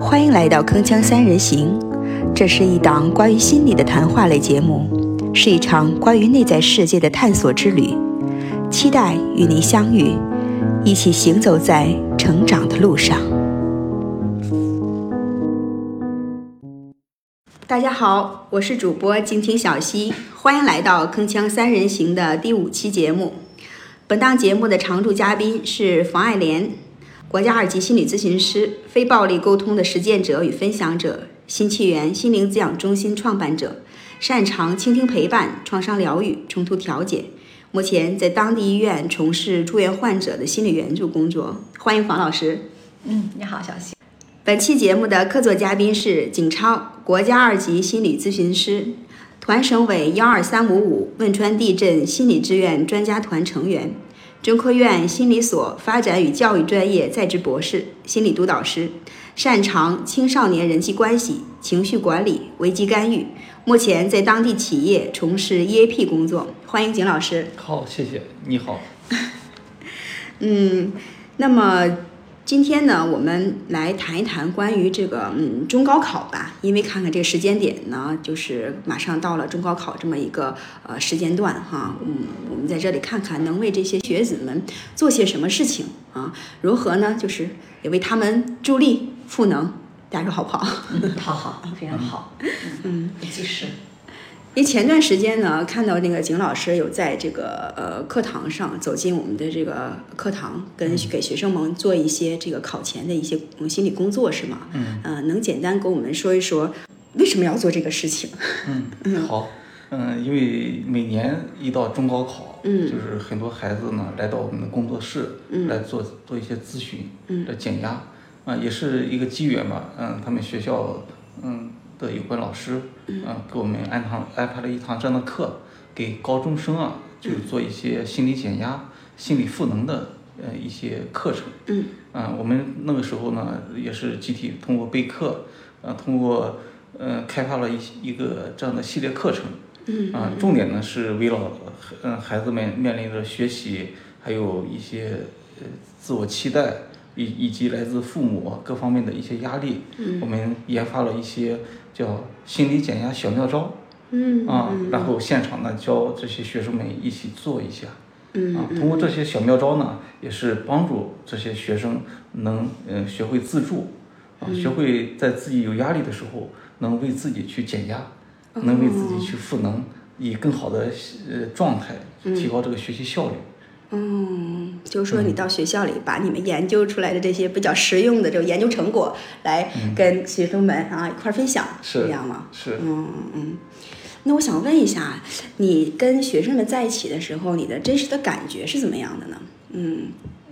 欢迎来到《铿锵三人行》，这是一档关于心理的谈话类节目，是一场关于内在世界的探索之旅。期待与您相遇，一起行走在成长的路上。大家好，我是主播静听小溪，欢迎来到《铿锵三人行》的第五期节目。本档节目的常驻嘉宾是冯爱莲，国家二级心理咨询师、非暴力沟通的实践者与分享者，新纪元心灵滋养中心创办者，擅长倾听陪伴、创伤疗愈、冲突调解。目前在当地医院从事住院患者的心理援助工作。欢迎房老师。嗯，你好，小溪。本期节目的客座嘉宾是景超，国家二级心理咨询师，团省委幺二三五五汶川地震心理志愿专家团成员，中科院心理所发展与教育专业在职博士、心理督导师，擅长青少年人际关系、情绪管理、危机干预。目前在当地企业从事 EAP 工作。欢迎景老师。好，谢谢。你好。嗯，那么今天呢，我们来谈一谈关于这个嗯中高考吧，因为看看这个时间点呢，就是马上到了中高考这么一个呃时间段哈，嗯，我们在这里看看能为这些学子们做些什么事情啊，如何呢，就是也为他们助力赋能，大家说好不好？嗯，好好，非常好。嗯，及时。因为前段时间呢，看到那个景老师有在这个呃课堂上走进我们的这个课堂，跟给学生们做一些这个考前的一些嗯心理工作，是吗？嗯。呃，能简单给我们说一说为什么要做这个事情？嗯，好。嗯，因为每年一到中高考，嗯就是很多孩子呢来到我们的工作室，嗯来做做一些咨询，嗯来减压，啊、也是一个机缘吧。嗯，他们学校嗯的有关老师，嗯、给我们安排安排了一堂这样的课，给高中生啊，嗯就是做一些心理减压、心理赋能的呃一些课程。嗯啊，我们那个时候呢，也是集体通过备课，啊，通过呃开发了一一个这样的系列课程，嗯啊，重点呢是围绕嗯孩子们面临着学习，还有一些呃自我期待，以以及来自父母各方面的一些压力，嗯我们研发了一些叫心理减压小妙招， 嗯啊，然后现场呢教这些学生们一起做一下，嗯啊，通过这些小妙招呢，也是帮助这些学生能嗯、呃学会自助，啊，嗯学会在自己有压力的时候能为自己去减压，能为自己去赋能，以更好的呃状态提高这个学习效率。嗯，就是说你到学校里把你们研究出来的这些比较实用的这种研究成果来跟学生们啊一块儿分享，是这样吗？是，嗯，嗯，那我想问一下，你跟学生们在一起的时候，你的真实的感觉是怎么样的呢？嗯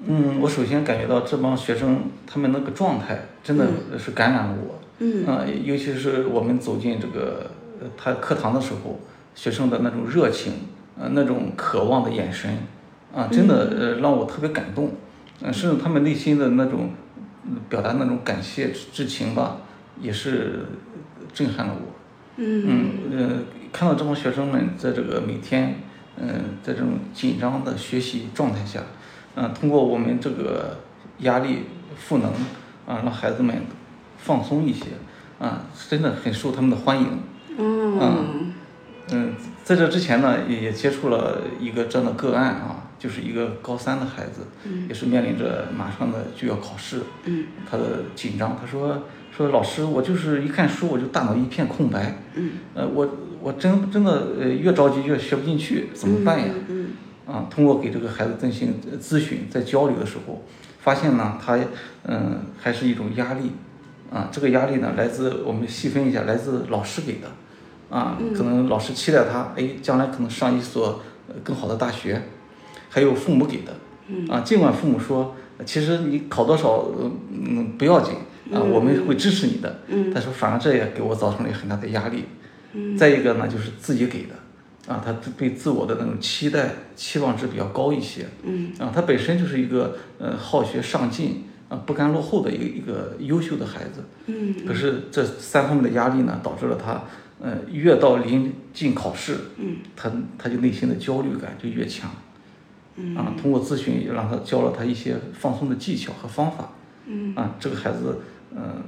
嗯，我首先感觉到这帮学生他们那个状态真的是感染了我。嗯啊、尤其是我们走进这个呃他课堂的时候，学生的那种热情，呃，那种渴望的眼神，啊、真的嗯呃让我特别感动。嗯、甚至他们内心的那种嗯表达那种感谢之之情吧，也是震撼了我。嗯嗯，呃，看到这帮学生们在这个每天，嗯、在这种紧张的学习状态下，嗯、通过我们这个压力赋能，啊、让孩子们放松一些，啊、真的很受他们的欢迎。嗯嗯，在这之前呢，也也接触了一个这样的个案啊，就是一个高三的孩子，也是面临着马上的就要考试，嗯他的紧张，他说说老师，我就是一看书我就大脑一片空白，嗯，呃，我我真真的呃越着急越学不进去，怎么办呀？嗯啊，通过给这个孩子进行呃咨询，在交流的时候，发现呢，他嗯、还是一种压力，啊，这个压力呢来自我们细分一下，来自老师给的，啊，可能老师期待他，哎，将来可能上一所呃更好的大学，还有父母给的，啊，尽管父母说，呃其实你考多少，呃嗯，不要紧，啊，我们会支持你的，但是反而这也给我造成了很大的压力，再一个呢，就是自己给的，啊，他对自我的那种期待期望值比较高一些，嗯，啊，他本身就是一个呃好学上进啊不甘落后的一个一个优秀的孩子，嗯，可是这三方面的压力呢，导致了他呃越到临近考试，嗯，他他就内心的焦虑感就越强，嗯，啊，通过咨询也让他教了他一些放松的技巧和方法，嗯，啊，这个孩子嗯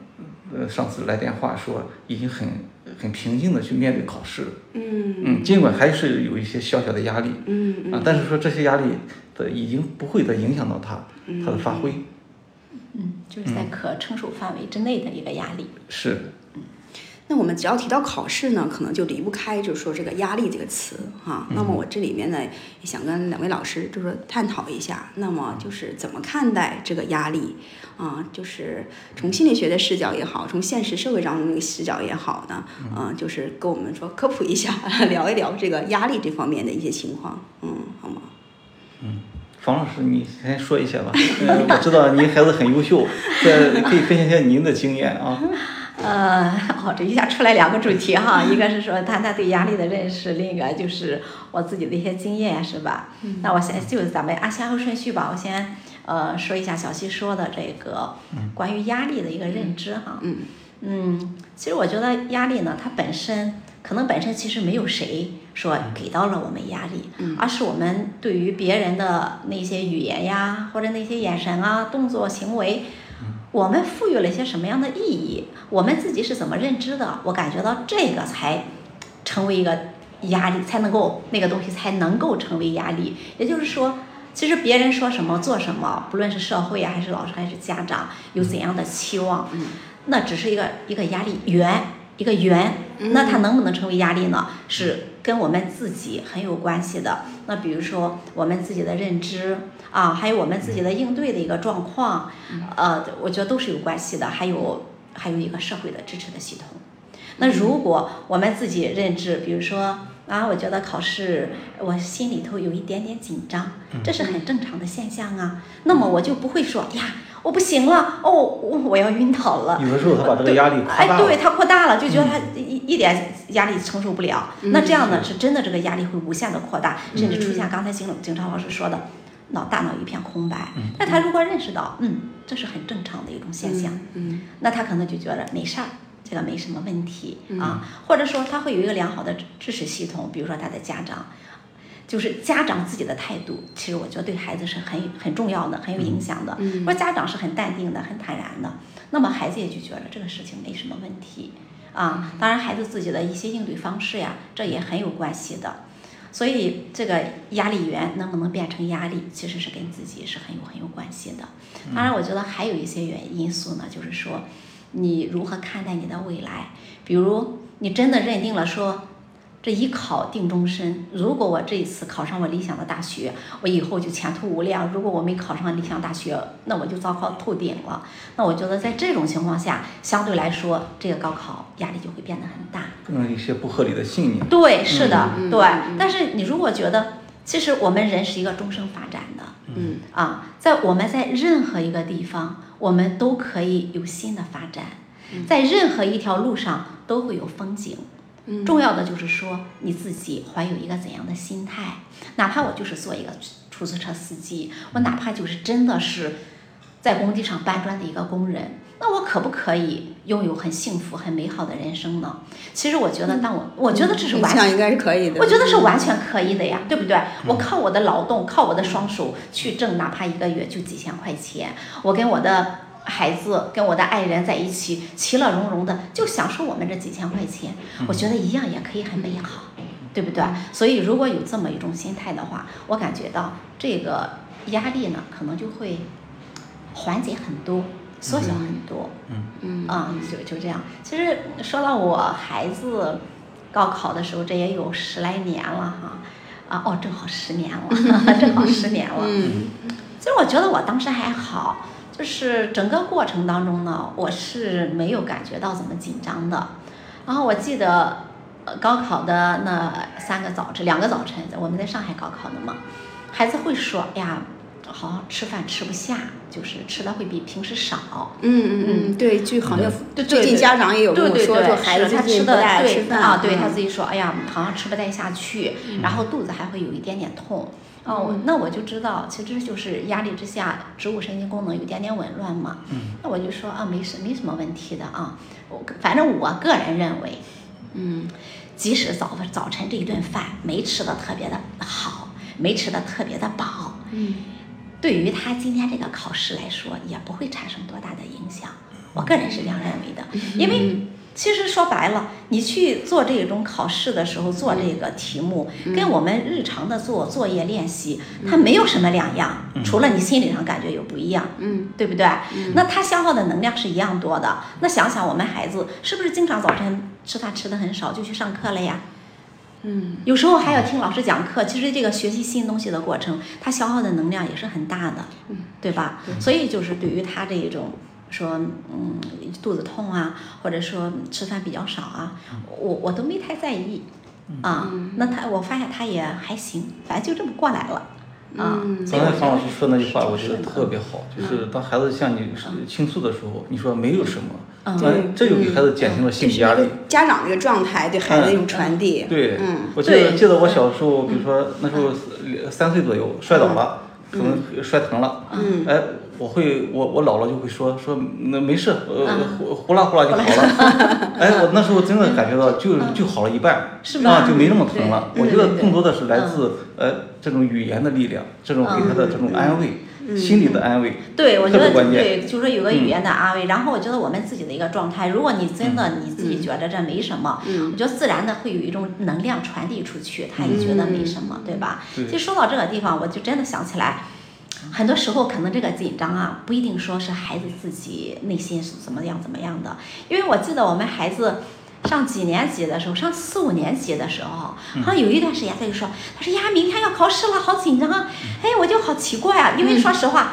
呃，上次来电话说已经很很平静的去面对考试了，嗯嗯，尽管还是有一些小小的压力嗯啊，但是说这些压力的已经不会再影响到他他的发嗯挥，嗯，就是在可承受范围之内的一个压力。是那我们只要提到考试呢，可能就离不开就是说这个压力这个词哈、那么我这里面呢，也想跟两位老师就是说探讨一下，那么就是怎么看待这个压力啊、就是从心理学的视角也好，从现实社会当中的那个视角也好呢，嗯、就是跟我们说科普一下，聊一聊这个压力这方面的一些情况，嗯，好吗？房老师，你先说一下吧。 嗯，我知道您孩子很优秀，这可以分享一下您的经验啊。呃，哦，这一下出来两个主题哈，一个是说谈谈对压力的认识，另一个就是我自己的一些经验，是吧？那我先就咱们按先后顺序吧，我先呃说一下小西说的这个关于压力的一个认知哈。嗯嗯，其实我觉得压力呢，它本身可能本身其实没有谁说给到了我们压力，而是我们对于别人的那些语言呀，或者那些眼神啊、动作、行为，我们赋予了一些什么样的意义，我们自己是怎么认知的，我感觉到这个才成为一个压力，才能够那个东西才能够成为压力。也就是说，其实别人说什么做什么，不论是社会啊，还是老师还是家长，有怎样的期望，那只是一个一个压力源，一个源。那它能不能成为压力呢？是跟我们自己很有关系的。那比如说我们自己的认知啊，还有我们自己的应对的一个状况，呃，我觉得都是有关系的。还有还有一个社会的支持的系统。那如果我们自己认知，比如说啊，我觉得考试我心里头有一点点紧张，这是很正常的现象啊。那么我就不会说哎呀，我不行了，哦，我我要晕倒了。有的时候他把这个压力夸大哎，了，嗯对，它扩大了，就觉得它一一点压力承受不了。嗯那这样呢，是真的这个压力会无限的扩大，甚至出现刚才景景超老师说的。脑大脑一片空白，嗯但他如果认识到，嗯，这是很正常的一种现象，嗯那他可能就觉得没事儿，这个没什么问题、嗯啊，或者说他会有一个良好的支持系统，比如说他的家长，就是家长自己的态度，其实我觉得对孩子是很很重要的，很有影响的。嗯说家长是很淡定的、很坦然的，那么孩子也就觉得这个事情没什么问题啊。当然，孩子自己的一些应对方式呀，这也很有关系的。所以，这个压力源能不能变成压力，其实是跟自己是很有很有关系的。当然，我觉得还有一些原因素呢，就是说你如何看待你的未来。比如，你真的认定了说这一考定终身。如果我这一次考上我理想的大学，我以后就前途无量；如果我没考上理想大学，那我就糟糕透顶了。那我觉得在这种情况下，相对来说，这个高考压力就会变得很大。嗯，一些不合理的信念，对，是的，嗯嗯对嗯。但是你如果觉得，其实我们人是一个终生发展的，嗯啊，在我们在任何一个地方，我们都可以有新的发展，在任何一条路上都会有风景。嗯重要的就是说你自己怀有一个怎样的心态，哪怕我就是做一个出租车司机，我哪怕就是真的是在工地上搬砖的一个工人，那我可不可以拥有很幸福、很美好的人生呢？其实我觉得，当我我觉得这是我完嗯想应该是可以的，嗯我觉得是完全可以的呀，对不对？我靠我的劳动，靠我的双手去挣，哪怕一个月就几千块钱，我跟我的孩子、跟我的爱人在一起，其乐融融的，就享受我们这几千块钱，嗯我觉得一样也可以很美好，对不对？所以如果有这么一种心态的话，我感觉到这个压力呢，可能就会缓解很多，缩小很多。嗯啊、就就这样。其实说到我孩子高考的时候，这也有十来年了哈，啊哦，正好十年了， 正好十年了。嗯其实我觉得我当时还好，就是整个过程当中呢，我是没有感觉到怎么紧张的。然后我记得，呃，高考的那三个早晨，两个早晨，我们在上海高考的嘛，孩子会说，哎呀，好像吃饭吃不下，就是吃的会比平时少。嗯嗯，对，据好像对对最近对家长也有跟对我对说，对，说孩子是他最吃近不的太爱吃对饭啊，对他嗯自己说，哎呀，好像吃不太下去，然后肚子还会有一点点痛。哦，嗯我那我就知道，其实就是压力之下，植物神经功能有一点点紊乱嘛。嗯，那我就说啊，没什没什么问题的啊。我反正我个人认为，嗯即使早早晨这一顿饭没吃的特别的好，没吃的特别的饱，嗯对于他今天这个考试来说，也不会产生多大的影响。我个人是这样认为的，嗯因为其实说白了，你去做这种考试的时候做这个题目，嗯跟我们日常的做作业练习，它没有什么两样，除了你心理上感觉有不一样，嗯，对不对？那它消耗的能量是一样多的。那想想我们孩子是不是经常早晨吃饭吃的很少就去上课了呀？嗯有时候还要听老师讲课，其实这个学习新东西的过程，它消耗的能量也是很大的，对吧？所以就是对于他这一种说，嗯，肚子痛啊，或者说吃饭比较少啊，我我都没太在意，啊，那他我发现他也还行，反正就这么过来了，啊，所以刚才方老我觉得师说那句话，挺我觉得顺的特别好，就是当孩子向你倾诉的时候，你说没有什么，嗯那这就给孩子减轻了心理压力。家长这个状态对孩子的一种传递，对，嗯我记得对嗯记得我小时候，比如说那时候三三岁左右摔倒了，可能摔疼了，嗯哎，我会我我姥姥就会说说那没事，呃啊呼呼啦呼啦就好 了。哎，我那时候真的感觉到就就好了一半，嗯是吧啊，就没那么疼了。对我觉对得对嗯更多的是来自呃这种语言的力量，这种给他的这种安慰，心理的安慰。嗯对，我觉特得别关键嗯对，就是有个语言的安慰。然后我觉得我们自己的一个状态，如果你真的你自己觉得这没什么，嗯我觉得自然的会有一种能量传递出去，他也觉得没什么，对吧？嗯对其实说到这个地方，我就真的想起来，很多时候可能这个紧张啊，不一定说是孩子自己内心是怎么样怎么样的，因为我记得我们孩子。上几年级的时候，上四五年级的时候，好像有一段时间，他就说：“他说呀，明天要考试了，好紧张啊！”哎，我就好奇怪啊，因为说实话，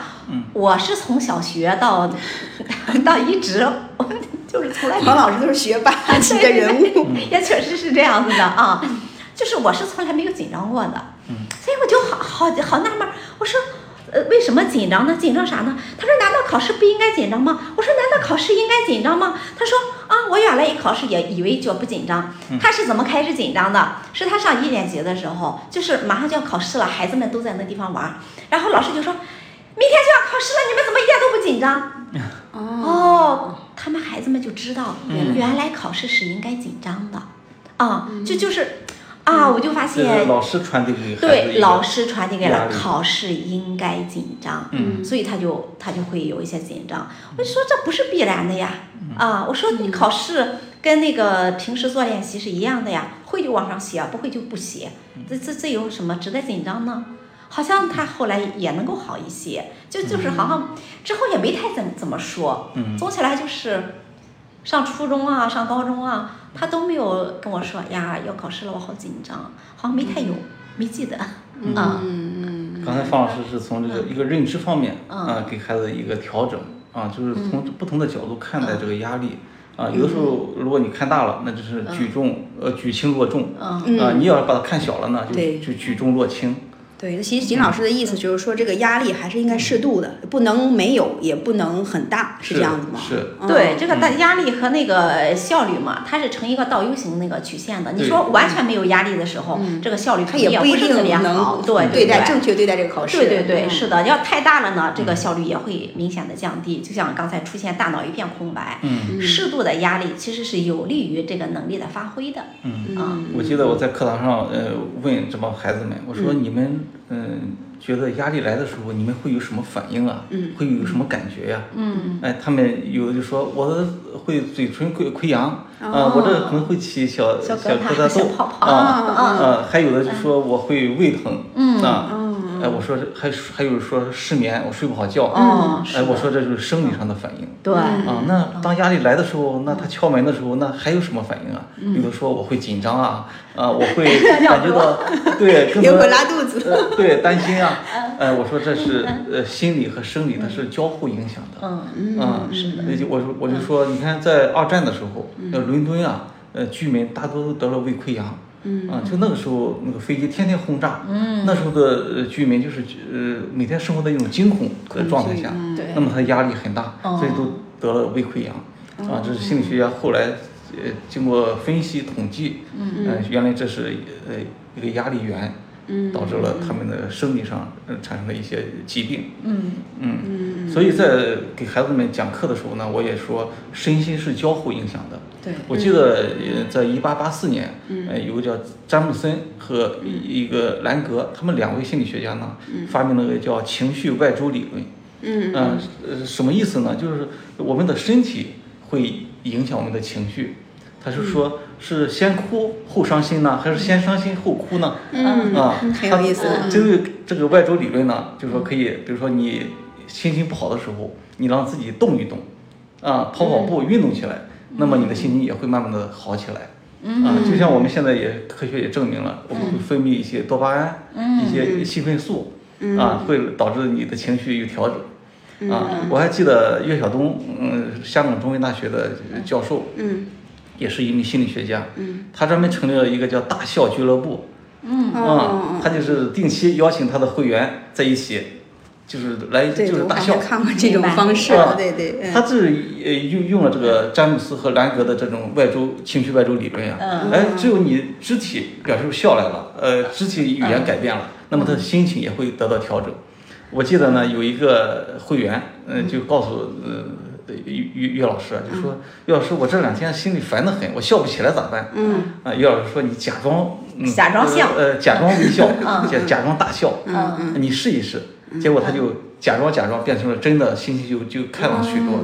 我是从小学到 到一直，我就是从来没王老师都是学霸 级的人 物，物， 也确实是这样子的啊。就是我是从来没有紧张过的，所以我就好好好纳闷儿，我说。呃，为什么紧张呢？紧张啥呢？他说：“难道考试不应该紧张吗？”我说：“难道考试应该紧张吗？”他说：“啊，我原来一考试也以为就不紧张。”他是怎么开始紧张的？是他上一年级的时候，就是马上就要考试了，孩子们都在那地方玩儿，然后老师就说：“明天就要考试了，你们怎么一点都不紧张？”哦，哦，他们孩子们就知道，嗯原来考试是应该紧张的，啊，就就是，啊，我就发这是现，老师传递给孩子一对个老师传递给压了力考试应该紧张，嗯所以他就他就会有一些紧张。我就说这不是必然的呀，嗯啊，我说你考试跟那个平时做练习是一样的呀，会就往上写，不会就不写，嗯这这这有什么值得紧张呢？好像他后来也能够好一些，就就是好像之后也没太怎怎么说，嗯总起来就是上初中啊，上高中啊，他都没有跟我说哎呀，要考试了，我好紧张，好像没太有，嗯没记得，啊，嗯刚才方老师是从这个一个认知方面嗯啊，给孩子一个调整啊，就是从不同的角度看待这个压力啊。有的时候如果你看大了，那就是举重呃举轻若重嗯啊，你要是把它看小了呢，就对就举重若轻。对，其实景老师的意思就是说，这个压力还是应该适度的，不能没有，也不能很大，是这样子吗？是嗯对，，这个大压力和那个效率嘛，它是成一个倒 U 型那个曲线的。你对说完全没有压力的时候，这个效率他肯定嗯也不不一是定特别好。能对对待对正确对待这个考试。对对对，嗯是的，要太大了呢，这个效率也会明显的降低。就像刚才出现大脑一片空白，嗯适度的压力其实是有利于这个能力的发挥的。嗯，啊，我记得我在课堂上呃问这帮孩子们，我说你们嗯觉得压力来的时候，你们会有什么反应啊？会有什么感觉呀？嗯，哎，他们有的就说我的会嘴唇溃溃疡，啊、我这可能会起小哦小疙疙瘩瘩小痘泡泡嗯啊啊，还有的就说我会胃疼，嗯啊，哎，我说这还还有说失眠，我睡不好觉，哦是哎，的我说这就是生理上的反应。对，啊，那当压力来的时候，那他敲门的时候，那还有什么反应啊？有的说我会紧张啊，啊，我会感觉到， 对，更也多会拉肚子。呃，对，担心啊，呃，我说这是呃心理和生理它是交互影响的，嗯，嗯，是的，就我就我就说，你看在二战的时候，呃，伦敦啊，呃，居民大多都得了胃溃疡，嗯，啊，就那个时候那个飞机天天轰炸，嗯，那时候的呃居民就是呃每天生活在一种惊恐的状态下，对那么他压力很大，哦所以都得了胃溃疡，啊，这是心理学家后来呃经过分析统计，嗯，呃，原来这是呃一个压力源。导致了他们的生理上呃产生了一些疾病。嗯嗯，所以在给孩子们讲课的时候呢，我也说身心是交互影响的。对嗯我记得呃在一八八四年，呃，有个叫詹姆森和嗯一一个兰格，他们两位心理学家呢，发明了个叫情绪外周理论。呃嗯嗯，呃，什么意思呢？就是我们的身体会影响我们的情绪。他是嗯说，是先哭后伤心呢，还是先伤心后哭呢？嗯啊，很有意思嗯它这个这个外周理论呢，就是说可以，比如说你心情不好的时候，你让自己动一动，啊，跑嗯跑步，运动起来，那么你的心情也会慢慢的好起来。嗯啊，就像我们现在也科学也证明了，我们会分泌一些多巴胺，嗯一些兴奋素，啊，会导致你的情绪有调整。嗯啊，我还记得岳晓东，嗯，香港中文大学的教授，嗯也是一名心理学家，他专门成立了一个叫大笑俱乐部，嗯啊哦，他就是定期邀请他的会员在一起，就是来就对，是我大好笑像。看过这种明白方式啊了，对对，嗯他这是呃用用了这个詹姆斯和兰格的这种外周情绪外周理论呀、嗯哎，只有你肢体表示出笑来了，呃，嗯肢体语言改变了，那么他的心情也会得到调整。我记得呢，有一个会员，嗯、就告诉呃岳岳岳老师啊，就说岳老师，我这两天心里烦得很，我笑不起来咋办？嗯啊，岳老师说你假装，嗯、假装笑呃，呃假装微笑，假假装大笑，嗯嗯你试一试。结果他就假装假装变成了真的，心情就就开朗许多了。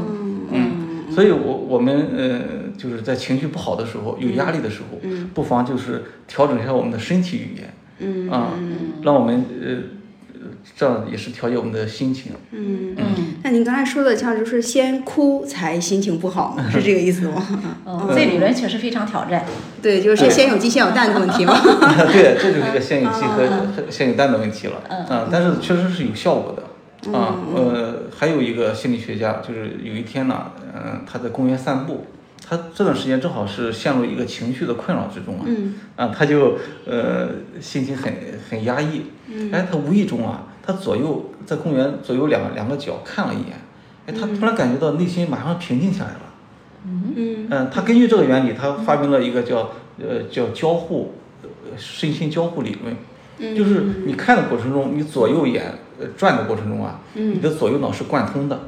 嗯，所以我我们呃就是在情绪不好的时候，有压力的时候，不妨就是调整一下我们的身体语言，嗯啊，让我们呃呃这样也是调节我们的心情。嗯。嗯，那您刚才说的，像就是先哭才心情不好，嗯是这个意思吗？嗯这理论确实非常挑战。对，就是先有鸡先有蛋的问题 嘛。 对，这就是一个现有机和现有蛋的问题了。啊，但是确实是有效果的。啊，呃，还有一个心理学家，就是有一天呢，嗯、他在公园散步，他这段时间正好是陷入一个情绪的困扰之中啊，啊，他就呃心情很很压抑，哎，他无意中啊，他左右在公园左右两两个角看了一眼，哎，他突然感觉到内心马上平静下来了。嗯嗯，他根据这个原理，他发明了一个叫呃叫交互呃身心交互理论，就是你看的过程中，你左右眼呃转的过程中啊，你的左右脑是贯通的。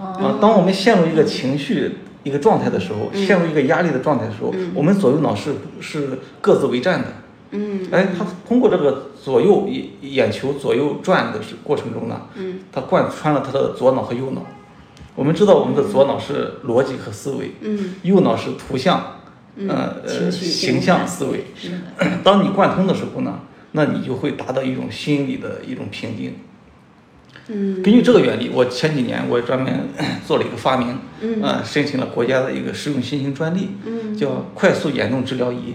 啊，当我们陷入一个情绪一个状态的时候，陷入一个压力的状态的时候，我们左右脑是是各自为战的。嗯，哎，他通过这个左右眼眼球左右转的是过程中呢，嗯，他贯穿了他的左脑和右脑。我们知道我们的左脑是逻辑和思维，嗯，右脑是图像，嗯、呃情绪形象思维。 是的，当你贯通的时候呢，那你就会达到一种心理的一种平静。嗯根据这个原理，我前几年我专门 做了一个发明，嗯、呃，申请了国家的一个实用新型专利，嗯，叫快速眼动治疗仪。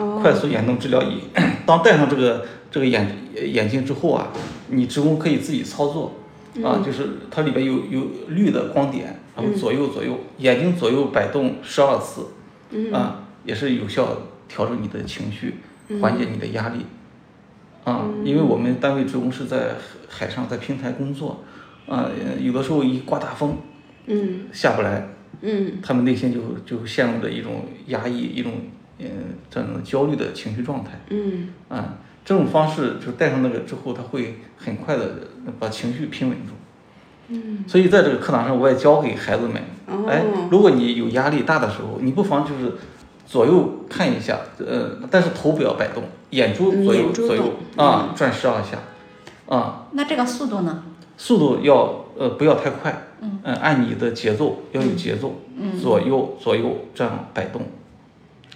哦快速眼动治疗仪，当戴上这个这个眼眼镜之后啊，你职工可以自己操作，嗯啊，就是它里边有有绿的光点，然后左右左右，眼睛左右摆动十二次，嗯啊，也是有效调整你的情绪，嗯缓解你的压力，啊，因为我们单位职工是在海海上在平台工作，啊，呃有的时候一刮大风嗯下不来，嗯他们内心就就陷入了一种压抑、一种嗯、呃、这种焦虑的情绪状态。嗯啊、这种方式就戴上那个之后，他会很快的把情绪平稳住。嗯，所以在这个课堂上，我也教给孩子们，哦哎，如果你有压力大的时候，你不妨就是左右看一下，呃，但是头不要摆动，眼珠嗯左右眼珠左右动嗯啊、转十二下，啊、那这个速度呢？速度要呃不要太快，嗯、按你的节奏要有节奏，嗯左右左右这样摆动，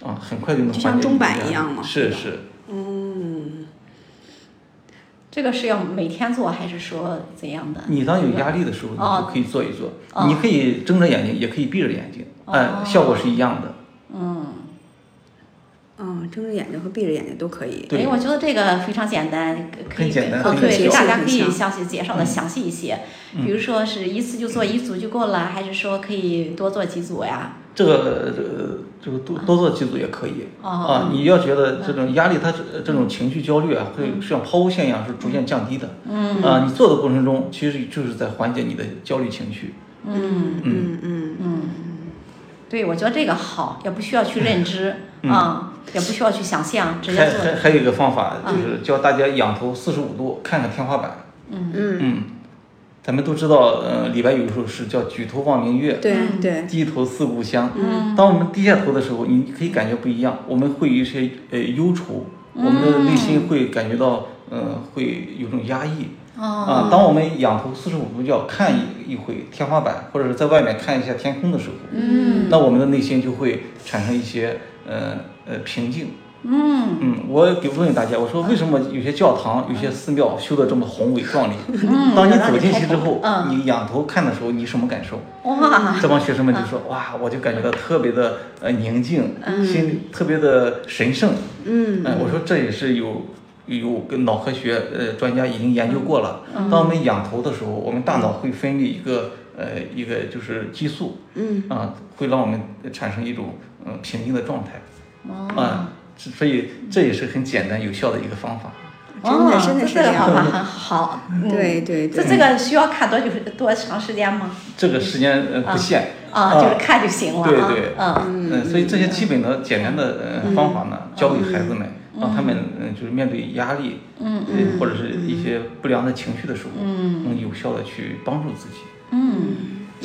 啊、很快就能就缓像解钟你的摆压一力样嘛是是。这个是要每天做还是说怎样的？你当有压力的时候，哦你就可以做一做，哦你可以睁着眼睛，也可以闭着眼睛，哎、效果是一样的。哦，睁着眼睛和闭着眼睛都可以。对哎，我觉得这个非常简单，可可以很简单呃很嗯对简给单大家可很以像详细介绍的详细一些。比如说是一次就做一组就够了，还是说可以多做几组呀？这个呃，这个多多做几组也可以、嗯哦嗯啊。你要觉得这种压力，它这这种情绪焦虑啊，会像抛物线一样是逐渐降低的。嗯啊，你做的过程中，其实就是在缓解你的焦虑情绪。嗯嗯对，我觉得这个好，也不需要去认知嗯啊，也不需要去想象，直还接做嗯还还有一个方法，就是教大家仰头四十五度看看天花板。嗯，嗯，咱们都知道，呃，李白有一首诗叫“举头望明月”。对嗯对，低头思故乡。当我们低下头的时候，你可以感觉不一样，我们会有一嗯些呃忧愁，我们的内心会感觉到，呃，会有种压抑。哦啊、当我们仰头四十五度角看一一回天花板，或者是在外面看一下天空的时候，嗯那我们的内心就会产生一些呃呃平静。嗯嗯，我给问大家，我说为什么有些教堂、有些寺庙修得这么宏伟壮丽？嗯当你走进去之后，嗯你仰头看的时候，你什么感受？哇，这帮学生们就说：“哇，我就感觉到特别的呃宁静，心里特别的神圣。”嗯哎，我说这也是有有跟脑科学呃专家已经研究过了。当我们仰头的时候，我们大脑会分泌一个呃一个就是激素，嗯啊、会让我们产生一种嗯、平静的状态，啊、哦，这所以这也是很简单有效的一个方法。真的真的哦是这这个样方法很好，嗯对对这对，这个需要看多久多长时间吗？这个时间呃不限啊，就是看就行了对啊对，嗯嗯、所以这些基本的简单的呃方法呢，教给孩子们，让他们嗯、就是面对压力，嗯、或者是一些不良的情绪的时候，嗯，能有效的去帮助自己。嗯，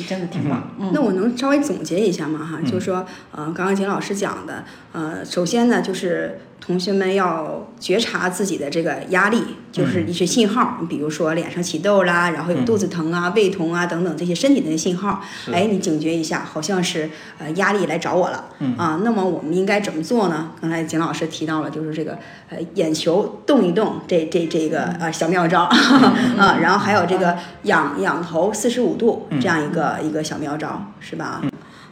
真的挺棒，嗯那我能稍微总结一下吗？哈，就是说，呃，刚刚景老师讲的，呃，首先呢，就是同学们要觉察自己的这个压力，就是一些信号，比如说脸上起痘啦，然后有肚子疼啊、胃痛啊等等这些身体的信号，是哎，你警觉一下，好像是呃压力来找我了，啊，那么我们应该怎么做呢？刚才景老师提到了，就是这个呃眼球动一动，这这这个呃小妙招 啊，嗯然后还有这个仰仰头四十五度这样一个、一个小妙招，是吧？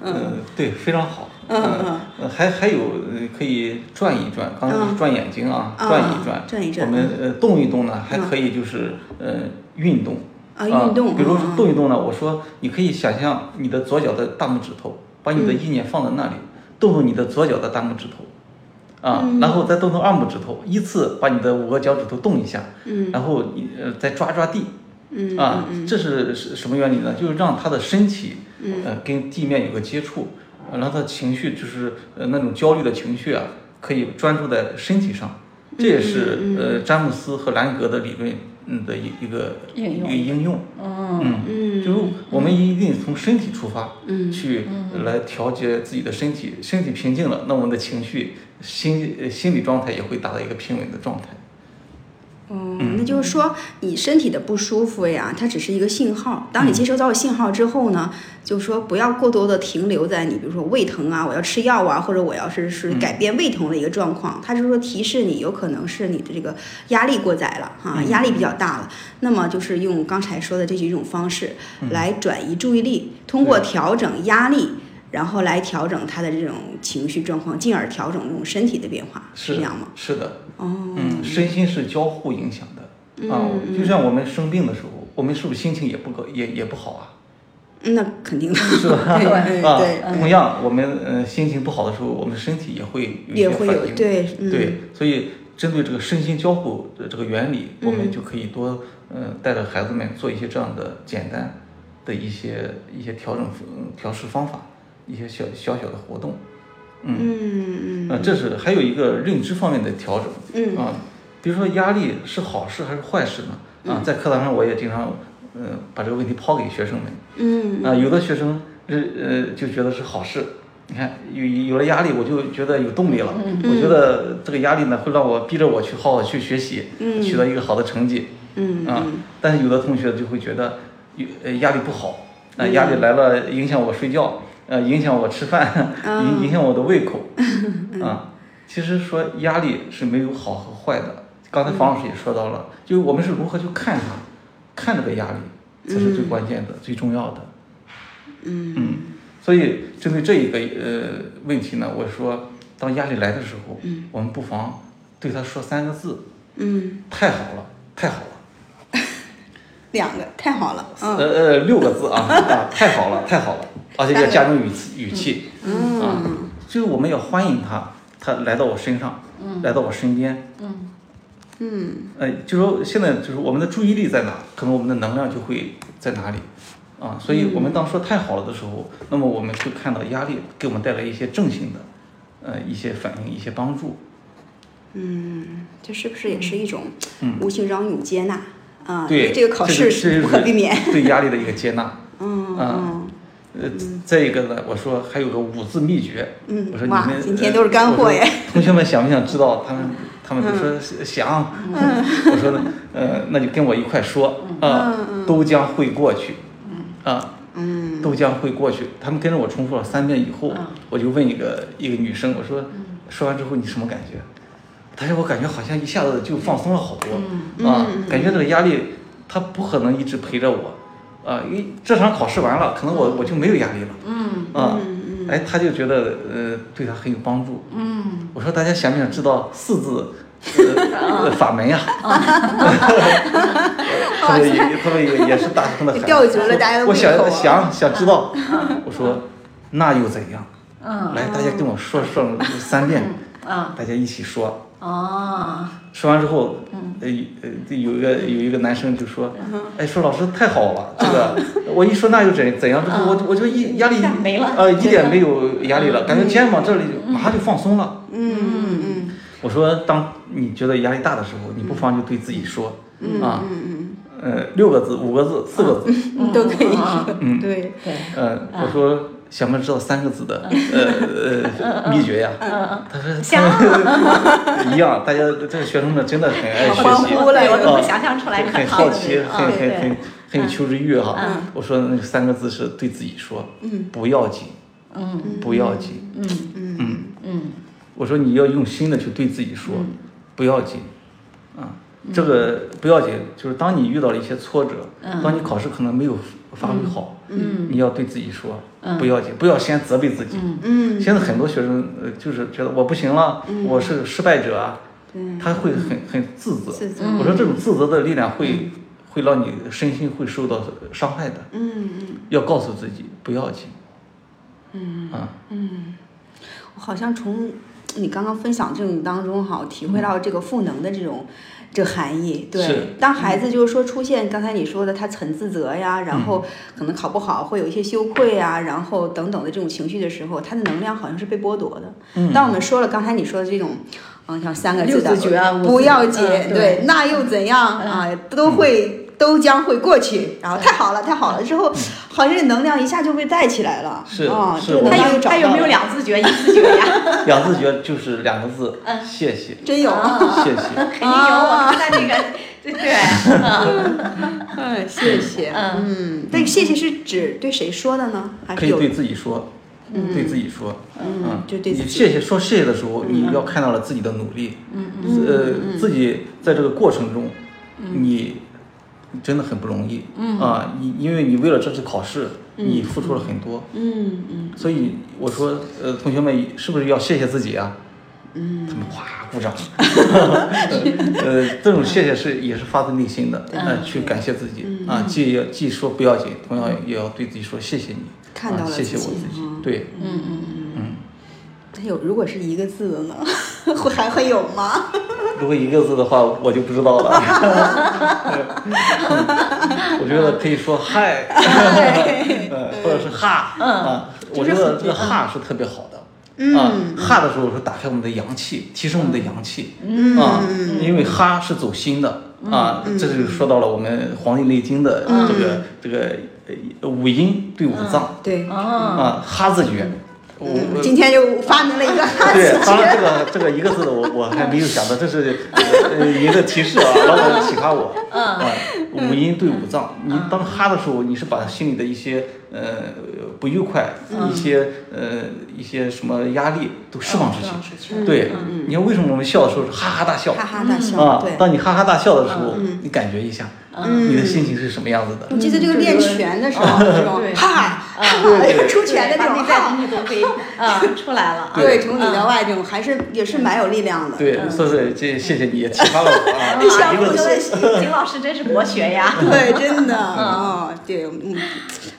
嗯，对，非常好。嗯呃呃还还有呃可以转一转，刚才是转眼睛啊，嗯转啊一转，转一转我们呃动一动呢，还可以就是呃运动啊运动比如嗯嗯说动一动呢，我说你可以想象你的左脚的大拇指头，把你的嗯意念放在那里，动动你的左脚的大拇指头。啊，嗯然后再动动二拇指头，依次把你的五个脚趾头动一下，嗯，然后你呃再抓抓地，嗯嗯啊，这是是什么原理呢？就是让他的身体，呃，跟地面有个接触，呃让他情绪就是呃那种焦虑的情绪啊，可以专注在身体上。这也是嗯呃詹姆斯和兰格的理论嗯的一一个应一用个应用。嗯嗯嗯就是我们一定从身体出发，去来调节自己的身体，身体平静了，那我们的情绪、心呃心理状态也会达到一个平稳的状态。哦，那就是说你身体的不舒服呀，它只是一个信号。当你接收到信号之后呢，就说不要过多的停留在你，比如说胃疼啊，我要吃药啊，或者我要是是改变胃疼的一个状况，它就是说提示你有可能是你的这个压力过载了哈、压力比较大了。那么就是用刚才说的这几种方式来转移注意力，通过调整压力。然后来调整他的这种情绪状况，进而调整这种身体的变化，是这样吗？是的，哦，嗯嗯，身心是交互影响的、啊。就像我们生病的时候，我们是不是心情也不可也也不好 啊？嗯那肯 定的，是吧？ 对对啊对，同样，我们呃心情不好的时候，我们身体也会有一也些会反有应。对，嗯，对，所以针对这个身心交互的这个原理，我嗯们就可以多呃带着孩子们做一些这样的简单的一些一些调整嗯调试方法，一些小小小的活动。嗯啊，这是还有一个认知方面的调整。嗯啊，比如说压力是好事还是坏事呢？嗯啊，在课堂上我也经常嗯、呃把这个问题抛给学生们。嗯啊，有的学生呃呃就觉得是好事。你看，有有了压力，我就觉得有动力了。我觉得这个压力呢，会让我逼着我去好好去学习，取得一个好的成绩。嗯啊，但是有的同学就会觉得有呃压力不好，那、嗯压力来了影响我睡觉，呃影响我吃饭，啊 影影响我的胃 口，嗯啊，其实说压力是没有好和坏的，嗯刚才房老师也说到了，就是我们是如何去看它，看这个压力才是嗯最关键的、最重要的。嗯，所以针对这一个呃问题呢，我说当压力来的时候，我们不妨对他说三个字：嗯，太好了，太好了。两个太好了，嗯呃呃，六个字啊， 啊，太好了，太好了，而且要加重语气语气，啊，就是我们要欢迎他，他来到我身上，来到我身边，嗯呃，就说现在就是我们的注意力在哪，可能我们的能量就会在哪里，啊，所以我们当说太好了的时候，那么我们会看到压力给我们带来一些正性的，呃，一些反应，一些帮助，嗯，这是不是也是一种嗯无形中一种接纳啊？对，这个考试是 不可避免。对压力的一个接纳， 嗯啊嗯呃，再一个呢，我说还有个五字秘诀，嗯我说你哇们今天都是干货耶，嗯呃我说同学们想不想知道？他们他们都说想，我说呢，呃，那就跟我一块说啊，都将会过去，啊，嗯都将会过去。他们跟着我重复了三遍以后嗯，我就问一个一个女生，我说说完之后你什么感觉？她说我感觉好像一下子就放松了好嗯多，啊，感觉这个压力它不可能一直陪着我，啊，因为这场考试完了，可能我我就没有压力了，嗯啊，哎，她就觉得呃对她很有帮助。嗯，我说大家想不想知道四字？呃呃法门呀， 他们也他们也也是大声的喊，吊足了大家都我想闭口啊想想知道，我说那又怎样？嗯来，大家跟我说说三遍，啊大家一起说。哦，说完之后，呃呃，有一个有一个男生就说，哎，说老师太好了，这个我一说那又怎怎样之后，我我就一压力一下没了呃，一点没有压力了，感觉肩膀这里马上就放松了。嗯嗯嗯我说，当你觉得压力大的时候，你不妨就对自己说，嗯啊，呃，六个字、五个字、四个字，嗯，都可以说，嗯对，对，呃，嗯我说想不想知道三个字的呃呃秘诀呀？嗯他说想他嗯们一样，大家这个学生们真的很爱学欢习，呼了对我都能啊想象出来，可很好好奇奇，了很很对对很很有求知欲哈嗯。我说那三个字是对自己说，不要紧，嗯不要紧。嗯嗯嗯我说你要用心的去对自己说，不要紧，啊，这个不要紧，就是当你遇到了一些挫折，当你考试可能没有发挥好，嗯你要对自己说，不要紧，不要先责备自己。嗯，现在很多学生呃，就是觉得我不行了，我是失败者啊，他会很很自责。自责我说这种自责的力量会会让你身心会受到伤害的。嗯嗯要告诉自己不要紧。嗯啊，嗯，我好像从你刚刚分享这种当中哈，我体会到这个赋能的这种。这个含义，对是，当孩子就是说出现刚才你说的他很自责嗯呀，然后可能考不好会有一些羞愧呀，然后等等的这种情绪的时候，他的能量好像是被剥夺的。嗯当我们说了刚才你说的这种，嗯，像三个字的六字诀啊五字不要紧，嗯对嗯对，那又怎样、啊？都嗯会，都将会过去。然后太好了，太好了，之后好像这能量一下就被带起来了。是啊，是这个我能嗯他量有又找他有到没有了两字诀、一字诀呀？两字诀就是两个字，嗯谢谢，真有啊！谢谢。肯定有，我看那个，对对， 嗯，谢谢。嗯，但谢谢是指对谁说的呢？还可是以有对自己说，对自己说，嗯嗯，就对自己嗯你谢谢说谢谢的时候，你要看到了自己的努力，嗯呃，自己在这个过程中，嗯你真的很不容易，啊，你因为你为了这次考试，你付出了很多，嗯嗯所以我说，呃，同学们是不是要谢谢自己啊？嗯，他们哗鼓 掌，呃，这种谢谢是也是发自内心的，呃，去感谢自己嗯啊，既要既说不要紧，同样也要对自己说谢谢你，看到了啊、谢谢我自己自己嗯，对，哎呦，如果是一个字的呢， 会还会有吗？如果一个字的话，我就不知道了，嗯我觉得可以说嗨， 呃，或者是哈，啊，我觉得这个哈是特别好的。啊，哈的时候是打开我们的阳气，提升我们的阳气。啊，因为哈是走心的啊，这就说到了我们《黄帝内经》的这个这个呃五阴对五脏 对，哦，啊，哈字诀。我我嗯今天就发明了一个汉字对，当然这个这个一个字的我我还没有想到，这是呃一个提示啊，老板启发我。啊，五音对五脏，你当哈的时候，你是把心里的一些呃不愉快、一些呃一些什么压力都释放出嗯释放出去去。对，你看为什么我们笑的时候是哈哈大笑？哈哈大笑。啊对，，当你哈哈大笑的时候，你感觉一下，你的心情是什么样子的？我记得这个练拳的时候，这种对哈哈对出拳的把那内种在哈东，西 都给啊出来了，对，从里到外这种还是也是蛮有力量的。，对，所以说这谢谢你也启发了我啊嗯相一互个都字在学。景老师真是博学呀！ 对，真 的哦，对，嗯，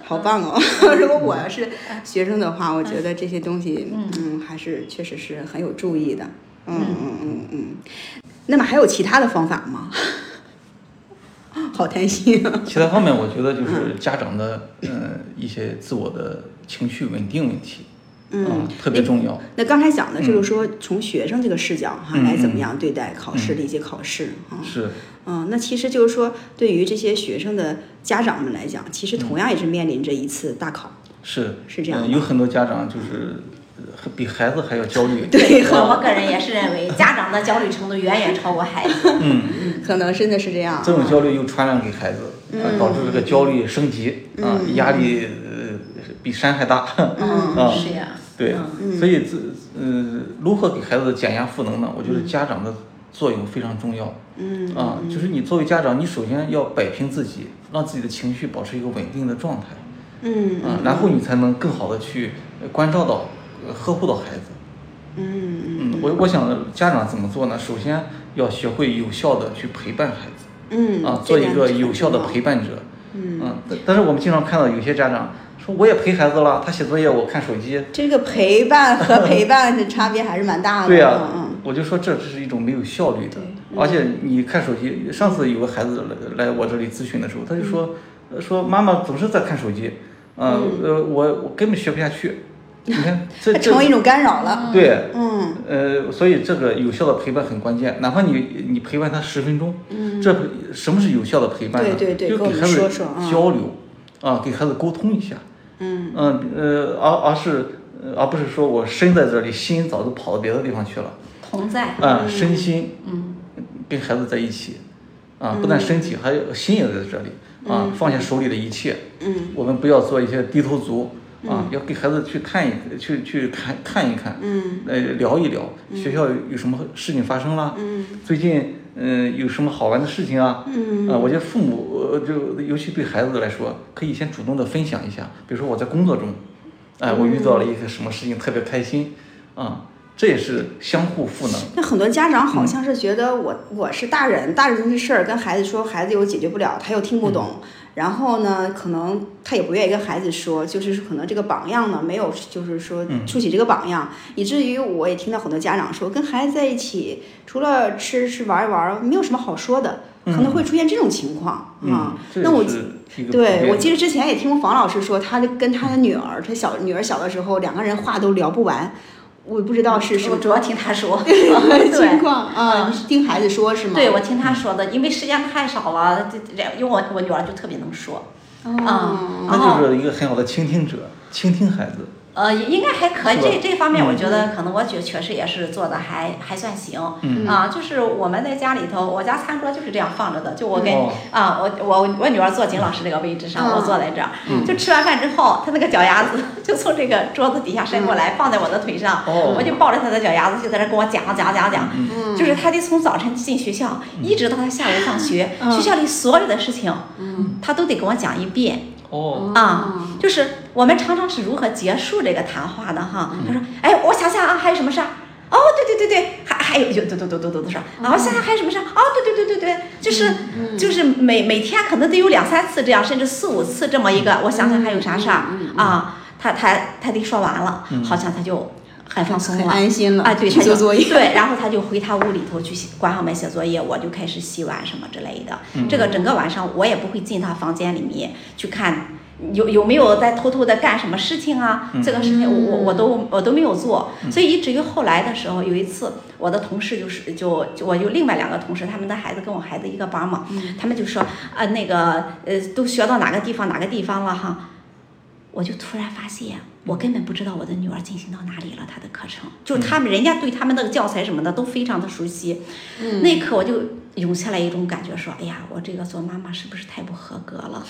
好棒哦！ 如果我要是学生的话，我觉得这些东西，嗯，还是确实是很有注意的。嗯嗯嗯嗯。那么还有其他的方法吗？ 好担心啊！其他方面，我觉得就是家长的嗯一些自我的情绪稳定问题，啊嗯，特别重要。那刚才讲的就是说，从学生这个视角哈、嗯来怎么嗯样对待考试、理解考试啊。是嗯，那其实就是说，对于这些学生的家长们来讲，其实同样也是面临着一次大考。是是这样嗯有很多家长就是呃比孩子还要焦 虑。对，我我个人也是认为，家长的焦虑程度远远超过孩子。可能真的是这样。啊这种焦虑又传染给孩子，嗯呃导致这个焦虑升级啊，压力呃比山还大。 啊嗯，是呀。对嗯，所以这呃，如何给孩子减压赋能呢？我觉嗯得家长的作用非常重要。嗯啊，就是你作为家长，你首先要摆平自己，让自己的情绪保持一个稳定的状态。嗯啊，然后你才能更好的去呃关照到、呃呵护到孩子。嗯嗯，我我想家长怎么做呢？首先要学会有效的去陪伴孩子。嗯啊，做一个有效的陪。伴者。嗯，但但是我们经常看到有些家长说，我也陪孩子了，他写作业我看手机。这个陪伴和陪伴的差别还是蛮大的。对呀、啊嗯我就说这只是一种没有效率的对，而且你看手机。上次有个孩子来来我这里咨询的时候，他就嗯说、呃说妈妈总是在看手机，呃、呃，我我根本学不下去。你看 这嗯，它这嗯成为一种干扰了。对，嗯呃，所以这个有效的陪伴很关键，哪怕你你陪伴他十分钟，嗯，这什么是有效的陪伴呢？对对对就跟我给们孩子说说啊交流，啊，给孩子沟通一下，嗯呃，而而是呃而不是说我身在这里，心早就跑到别的地方去了，同在，啊，身心，嗯，跟孩子在一起，啊，不但身体，还有心也在这里，啊，放下手里的一切，嗯我们不要做一些低头族啊，要给孩子去看一去去看看一看，嗯，呃，聊一聊学校有有什么事情发生啦，嗯，最近嗯、呃有什么好玩的事情啊，嗯，啊，我觉得父母呃就尤其对孩子来说，可以先主动的分享一下，比如说我在工作中，哎、我遇到了一个什么事情特别开心，啊，这也是相互赋能，那很多家长好像是觉得我、我是大人，大人的事儿跟孩子说，孩子又解决不了，他又听不懂，嗯然后呢，可能他也不愿意跟孩子说，就是说可能这个榜样呢没有，就是说嗯树起这个榜样，以至于我也听到很多家长说，跟孩子在一起除了吃吃玩一玩，没有什么好说的，可能会出现这种情况啊、嗯，这那我也是一个普对，遍我记得之前也听过房老师说，他的跟他的女儿，他小女儿小的时候，两个人话都聊不完，我不知道是是我不主要听他 说。是哦 对嗯情况啊，你是听孩子说是吗？对，我听他说的，因为时间太少了，这这因为我我女儿就特别能说，嗯哦，那然后就是一个很好的倾听者，倾听孩子，呃，也应该还可以。是吧这这方面，我觉得可能我觉确实也是做的还还算行。嗯啊，就是我们在家里头，我家餐桌就是这样放着的，就我跟、哦啊，我我我女儿坐景老师这个位置上，嗯我坐在这儿，就吃完饭之后，她那个脚丫子就从这个桌子底下伸过嗯来，放在我的腿上，哦嗯我就抱着她的脚丫子就在那跟我讲讲讲讲。嗯就是她得从早晨进学校，一直到她下午放学，嗯学校里所有的事情，她都得跟我讲一遍。哦，啊，就是我们常常是如何结束这个谈话的哈。他说，哎，我想想啊，还有什么事儿？哦，对对对对，还还有有嘟嘟嘟嘟嘟嘟说，啊，我想想还有什么事儿？哦，对对对对对，就是就是每每天可能得有两三次这样，甚至四五次这么一个，我想想还有啥事儿啊？他他他得说完了，好像他就很放松很了。安心了啊，对，去他做就作业，对，然后他就回他屋里头去写关上门写作业，我就开始洗碗什么之类的。这个整个晚上我也不会进他房间里面去看有有没有在偷偷的干什么事情啊，这个事情我我我都嗯我都没有做，所以以至于后来的时候，有一次我的同事就是就就我有另外两个同事，他们的孩子跟我孩子一个班嘛，嗯他们就说啊那个呃都学到哪个地方哪个地方了哈。我就突然发现，我根本不知道我的女儿进行到哪里了，她的课程，就是他们人家对他们的教材什么的都非常的熟悉。那一刻我就涌下来一种感觉，说，哎呀，我这个做妈妈是不是太不合格了？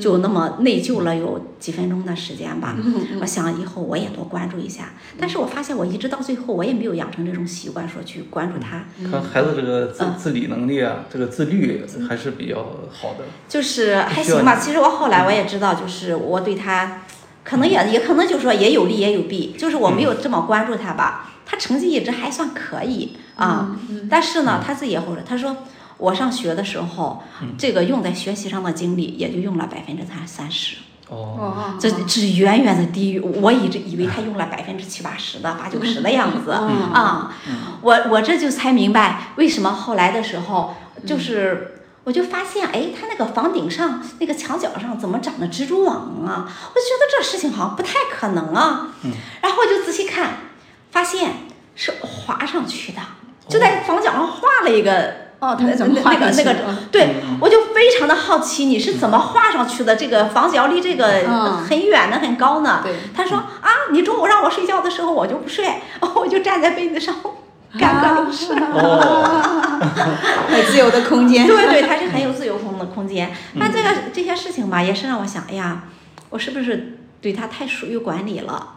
就那么内疚了有几分钟的时间吧。我想以后我也多关注一下，但是我发现我一直到最后我也没有养成这种习惯，说去关注她。看孩子这个自嗯自理能力啊，这个自律还是比较好的。就是还行吧。其实我后来我也知道，就是我对他，可能也也可能就说也有利也有弊，就是我没有这么关注他吧。他成绩一直还算可以啊，但是呢，他自己也会说，他说我上学的时候，这个用在学习上的精力也就用了百分之三三十。哦，这只远远的低于我一直以为他用了百分之七八十的八九十的样子嗯啊、我我这就才明白为什么后来的时候嗯就是。我就发现，哎，他那个房顶上、那个墙角上怎么长的蜘蛛网啊？我就觉得这事情好像不太可能啊。嗯然后我就仔细哦看，发现是划上去的，就在房角上画了一个哦，他那怎么那画那个上那去个的，对我就非常的好奇，你是怎么画上去的？这个房角离这个嗯很远呢，很高呢。对他说啊，你中午让我睡觉的时候我就不睡， 我就站在被子上啊干各 种事。哦，很自由的空间。对对，它是很有自由空的空间。那这个这些事情吧，也是让我想，哎呀，我是不是对它太疏于管理了？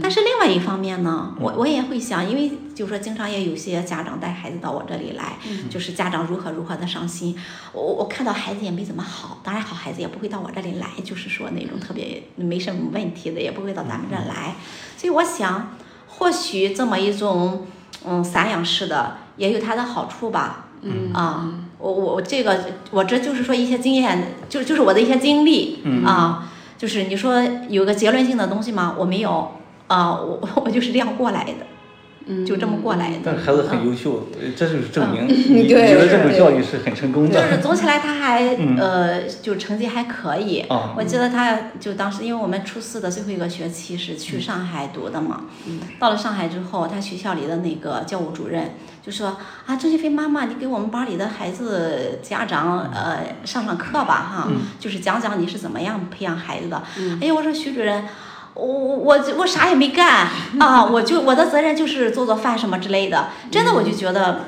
但是另外一方面呢，我我也会想，因为就说经常也有些家长带孩子到我这里来，就是家长如何如何的伤心，我我看到孩子也没怎么好，当然好孩子也不会到我这里来，就是说那种特别没什么问题的也不会到咱们这儿来，所以我想，或许这么一种嗯散养式的也有它的好处吧，嗯啊，我我我这个我这就是说一些经验，就就是我的一些经历、啊，就是你说有个结论性的东西吗？我没有啊，我我就是这样过来的，嗯，就这么过来的。但是孩子很优秀，呃这就是证明嗯你 你对觉得这是种教育是很成功嗯就是 的。总起来他还、嗯呃，就成绩还可以。啊我记得他就当时，因为我们初四的最后一个学期是去上海读的嘛，到了上海之后，他学校里的那个教务主任就说啊，郑学飞妈妈，你给我们班里的孩子家长呃上上课吧哈，就是讲讲你是怎么样培养孩子的。哎呀，我说徐主任。我我我啥也没干啊！我就我的责任就是做做饭什么之类的，真的我就觉得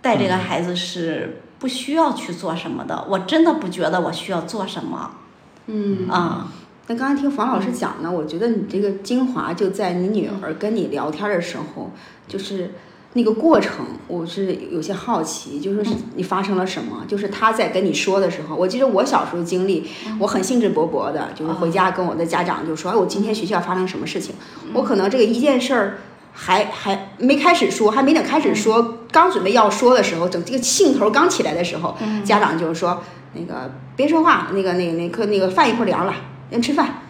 带嗯这个孩子是不需要去做什么的，我真的不觉得我需要做什么。嗯啊，那刚才听房老师讲呢，我觉得你这个精华就在你女儿跟你聊天的时候，就是那个过程，我是有些好奇，就是说是你发生了什么？就是她在跟你说的时候，我记得我小时候经历，我很兴致勃勃的，就是回家跟我的家长就说，哎，我今天学校发生什么事情？我可能这个一件事儿。还还没开始说，还没等开始说，刚准备要说的时候，整这个兴头刚起来的时候，家长就说那个别说话，那个那个那个那个饭一会儿凉了，先吃饭，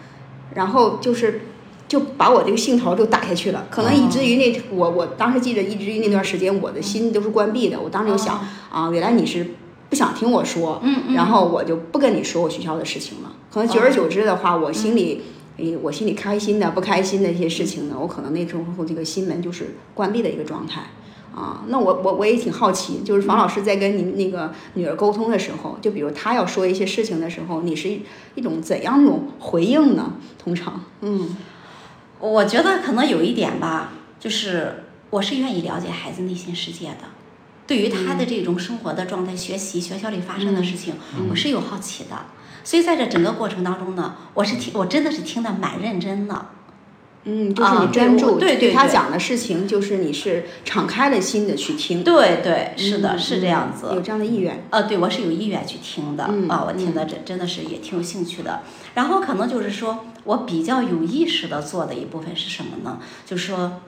然后就是就把我这个兴头就打下去了，可哦能以至于那、我我当时记得，以至于那段时间我的心都是关闭的。我当时就想、啊，原来你是不想听我说，哦嗯哦然后我就不跟你说我学校的事情了。可能久而久之的话，我嗯心里。诶，我心里开心的、不开心的一些事情呢，我可能那时候这个心门就是关闭的一个状态，啊，那我我我也挺好奇，就是房老师在跟您那个女儿沟通的时候，就比如她要说一些事情的时候，你是一一种怎样一种回应呢？通常，嗯我觉得可能有一点吧，就是我是愿意了解孩子内心世界的，对于他嗯的这种生活的状态、学习、学校里发生的事情，嗯我是有好奇的。所以在这整个过程当中呢，我是听，我真的是听得蛮认真的。嗯，就是你啊专注、对我对对她对讲的事情，就是你是敞开了心的去听，对对，是的，嗯是这样子。有这样的意愿，呃，对我是有意愿去听的、嗯啊，我听的真真的是也挺有兴趣的。然后可能就是说我比较有意识的做的一部分是什么呢？就是说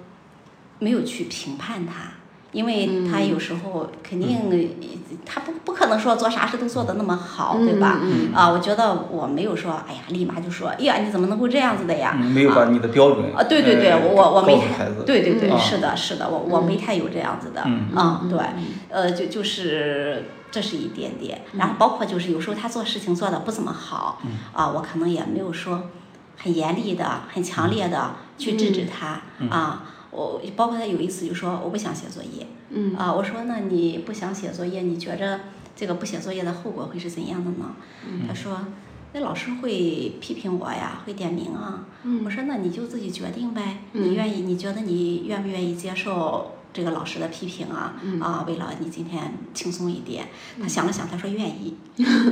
没有去评判他，因嗯为他有时候肯定、他不不可能说做啥事都做的那么好，对吧？嗯啊，我觉得我没有说，哎呀，立马就说，哎呀，你怎么能够这样子的呀？嗯没有把你的标准啊，对对对，呃我我我没告诉太孩子，对对对，嗯是的，是的，我我没太有这样子的，嗯嗯，对，呃，就就是这是一点点，然后包括就是有时候他做事情做的不怎么好，嗯啊，我可能也没有说很严厉的、很强烈的去制止他嗯啊。我包括他有一次就说我不想写作业，嗯啊，我说那你不想写作业，你觉着这个不写作业的后果会是怎样的呢？他说那老师会批评我呀，会点名啊。我说那你就自己决定呗，你愿意，你觉得你愿不愿意接受这个老师的批评啊？啊，为了你今天轻松一点，他想了想，他说愿意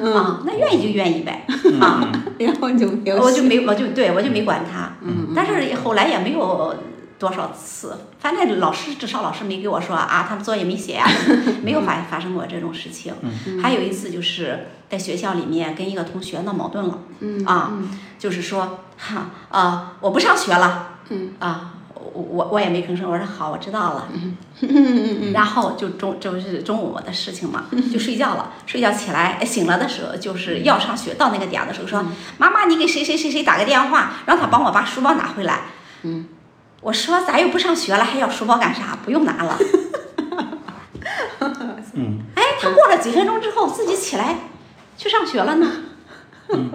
啊，那愿意就愿意呗啊，然后就没有哦我就没我就对我就没管他，但是后来也没有。多少次？反正老师至少老师没给我说啊，他们作业没写啊，没有发发生过这种事情。还有一次就是在学校里面跟一个同学闹矛盾了，啊，就是说哈啊、我不上学了，啊，我我我也没吭声，我说好，我知道了，嗯然后就中就是中午我的事情 嘛，就睡觉了。睡觉起来哎醒了的时候，就是要上学到那个点儿的时候，嗯说妈妈，你给谁谁谁谁打个电话，让他帮我把书包拿回来。嗯，我说咱又不上学了，还要书包干啥？不用拿了。嗯， 哎，他过了几分钟之后自己起来去上学了呢。你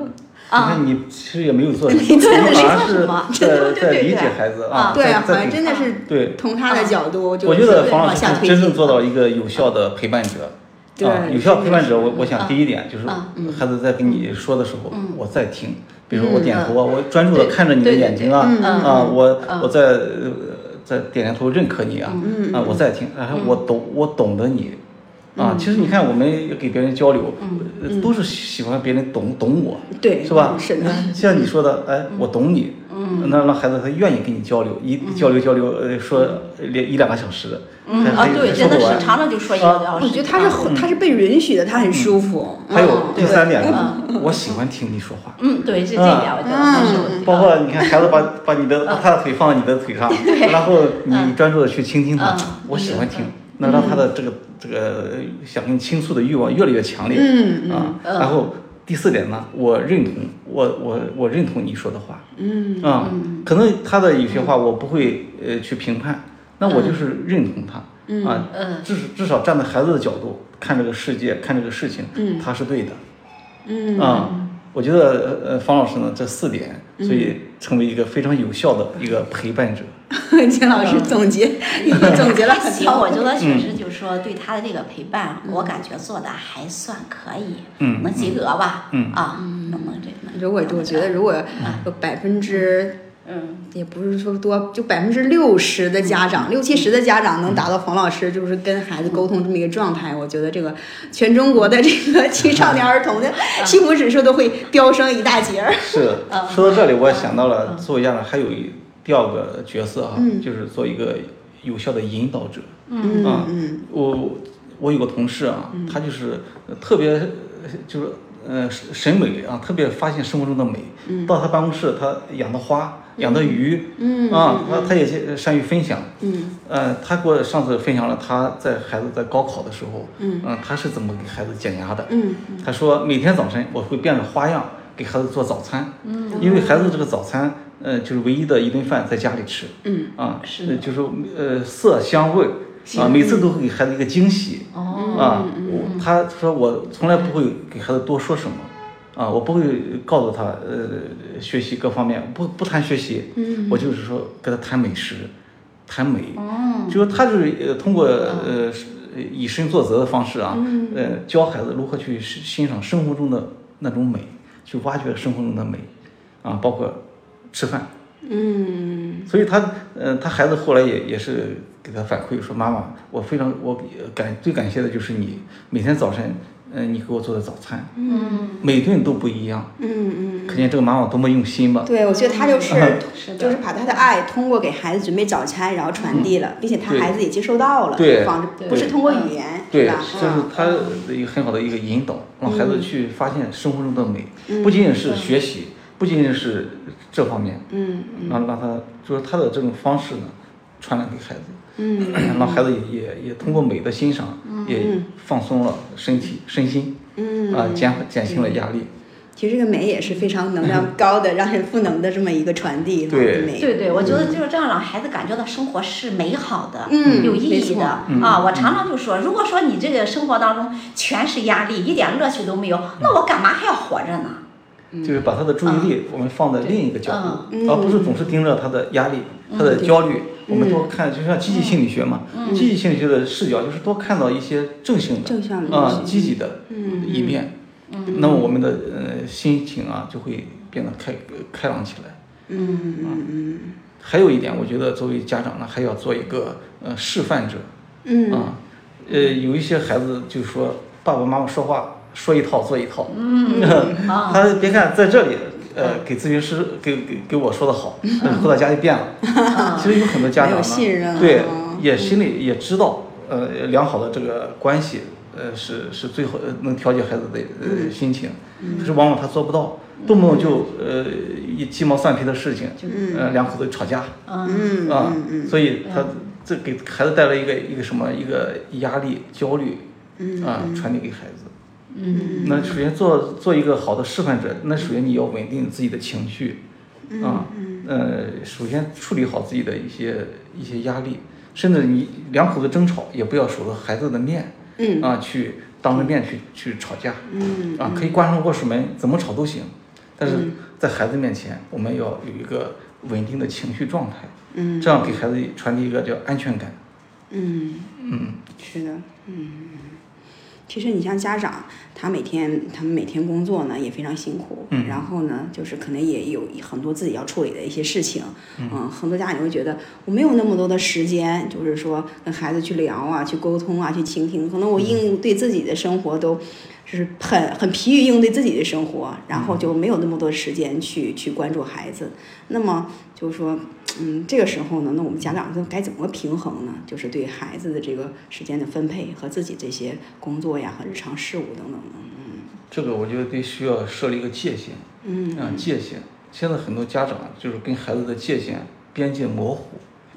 啊，看你其实也没有 做什么，你你做了没反而做什是么 在对对对在对理解对孩子啊啊，对在啊，在反正真的是对。从她的角度，就我觉是得房老往师下是推啊真进正做到一个有效的陪伴者，对啊，有效陪伴者，我我啊想第一点就是啊孩子在跟你说的时候，我在听，比如说我嗯点头啊，我专注对的看着你的对对眼睛啊对嗯嗯啊，我嗯我在呃在点点头认可你啊啊，我在听，嗯然后我懂我懂得你。啊，其实你看，我们给别人交流，嗯呃都是喜欢别人懂懂我，对，是吧？是的，像你说的，哎，我懂你，嗯，那让孩子他愿意跟你交流，一交流交流，呃，说两一两个小时的，嗯还啊，还对，还真说的不完啊是常常就说一个多小时。嗯我觉得他是嗯很他是被允许的，他很舒服。还有第对三点嗯，我喜欢听你说话，嗯，对，是这一点，我觉得他是我包括你看孩子把把你的把他的腿放在你的 腿上，然后你专注的去倾听他嗯，我喜欢听，那让他的这个这个想跟你倾诉的欲望越来越强烈，嗯啊，嗯然后第四点呢，我认同我我我认同你说的话，嗯啊，可能他的有些话我不会呃去评判，那我就是认同他，啊，嗯至至少站在孩子的角度看这个世界，看这个事情，他是对的，嗯啊、我觉得呃，方老师呢这四点，所以成为一个非常有效的一个陪伴者。嗯 金老师总结， 你总结了很行，多。嗯我觉得确实就是说对他的这个陪伴，我感觉做的还算可以，嗯能及格吧，嗯啊，能不能这个？如果我觉得，如果有百分之，嗯，也不是说多，就百分之六十的家长，六七十的家长能达到冯老师就是跟孩子沟通这么一个状态，我觉得这个全中国的这个青少年儿童的 幸福指数都会飙升一大截儿。是嗯，说到这里，我也想到了做家长还有一第二个角色啊，就是做一个有效的引导者。嗯啊嗯我我有个同事啊，他就是特别呃就是呃审审美啊，特别发现生活中的美。到他办公室，他养的花，养的鱼，嗯啊，他他也去善于分享。嗯呃，他给我上次分享了他在孩子在高考的时候，嗯、他是怎么给孩子减压的。嗯他说每天早晨我会变着花样给孩子做早餐，嗯，因为孩子这个早餐，呃，就是唯一的一顿饭在家里吃，嗯，啊，是的呃就是呃色香味啊，每次都会给孩子一个惊喜，哦，啊，我他说我从来不会给孩子多说什么，啊，我不会告诉他呃学习各方面不不谈学习，我就是说跟他谈美食，谈美，嗯就是他就是呃通过呃是呃以身作则的方式啊，嗯呃教孩子如何去欣欣赏生活中的那种美，去挖掘生活中的美，啊，包括吃饭，嗯所以他，呃，他孩子后来也也是给他反馈说，妈妈，我非常我感最感谢的就是你每天早晨，嗯、你给我做的早餐，嗯，每顿都不一样，嗯可见这个妈妈多么用心吧。对，我觉得他就是、嗯是的嗯就是把他的爱通过给孩子准备早餐，然后传递了，并且他对孩子也接收到了，对仿对不是通过语言，对，是吧？啊嗯这是他的一个很好的一个引导，让孩子去发现生活中的美，嗯不仅仅是学习，不仅仅是这方面，嗯让让他就是他的这种方式呢，传染给孩子，嗯， 让孩子也也也通过美的欣赏，也放松了身体身心，嗯啊、减减轻了压力。其实这个美也是非常能量高的，让人赋能的这么一个传递哈，对美，对对，我觉得就是这样，让孩子感觉到生活是美好的、嗯有意没义错的啊。我常常就说，如果说你这个生活当中全是压力，一点乐趣都没有，嗯那我干嘛还要活着呢？就是把他的注意力我们放在另一个角嗯度，而不是总是盯着他的压力、他的焦虑。我们多看，就像积极心理学嘛，积极心理学的视角就是多看到一些正性的嗯正向的东啊西、嗯积极的一面。那么我们的呃心情啊就会变得开开朗起来。啊嗯嗯嗯还有一点，我觉得作为家长呢，还要做一个呃示范者。嗯啊，呃，有一些孩子就说爸爸妈妈说话说一套做一套， 嗯，啊他别看在这里，嗯呃，给咨询师给给给我说的好，但是回到家就变了。其实有很多嗯家没有长信任了呢，对嗯，也心里也知道，呃，良好的这个关系，呃，是是最后呃能调节孩子的嗯呃心情，可是往往他做不到，动不动就呃嗯一鸡毛蒜皮的事情，呃，两口子吵架，嗯啊嗯，所以他这给孩子带来一个一个什么一个压力、焦虑，嗯啊，传递给孩子。嗯，那首先做做一个好的示范者，那首先你要稳定自己的情绪，嗯啊，呃，首先处理好自己的一些一些压力，甚至你两口子争吵，也不要守着孩子的面，嗯啊，去当着面去去吵架，嗯，啊，可以关上卧室门，怎么吵都行，但是在孩子面前，我们要有一个稳定的情绪状态，嗯这样给孩子传递一个叫安全感。嗯嗯，是的，嗯。其实你像家长，他每天他们每天工作呢也非常辛苦，嗯然后呢就是可能也有很多自己要处理的一些事情，嗯很多家长会觉得我没有那么多的时间，就是说跟孩子去聊啊、去沟通啊、去倾听，可能我应对自己的生活都。就是很很疲于应对自己的生活，然后就没有那么多时间去去关注孩子。那么就是说，嗯，这个时候呢，那我们家长就该怎么平衡呢？就是对孩子的这个时间的分配和自己这些工作呀和日常事务等等。这个我觉得得需要设立一个界限，嗯，啊界限。现在很多家长就是跟孩子的界限边界模糊，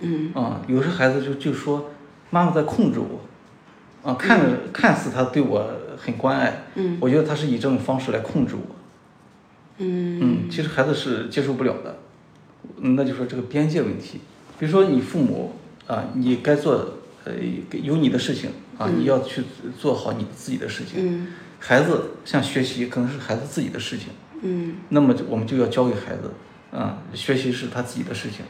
嗯，啊，有时孩子就就说妈妈在控制我，啊，看着、看似他对我很关爱，嗯，我觉得他是以这种方式来控制我，嗯，其实孩子是接受不了的，嗯那就说这个边界问题。比如说你父母啊，你该做呃有你的事情啊，你要去做好你自己的事情，孩子像学习可能是孩子自己的事情，嗯，那么就我们就要教给孩子，啊、学习是他自己的事情，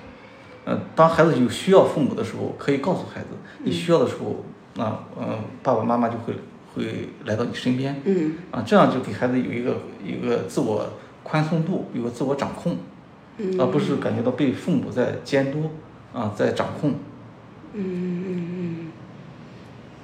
呃，当孩子有需要父母的时候，可以告诉孩子，你需要的时候，啊、嗯，爸爸妈妈就会会来到你身边，嗯，啊，这样就给孩子有一个有一个自我宽松度，有个自我掌控，嗯，而不是感觉到被父母在监督，啊、在掌控，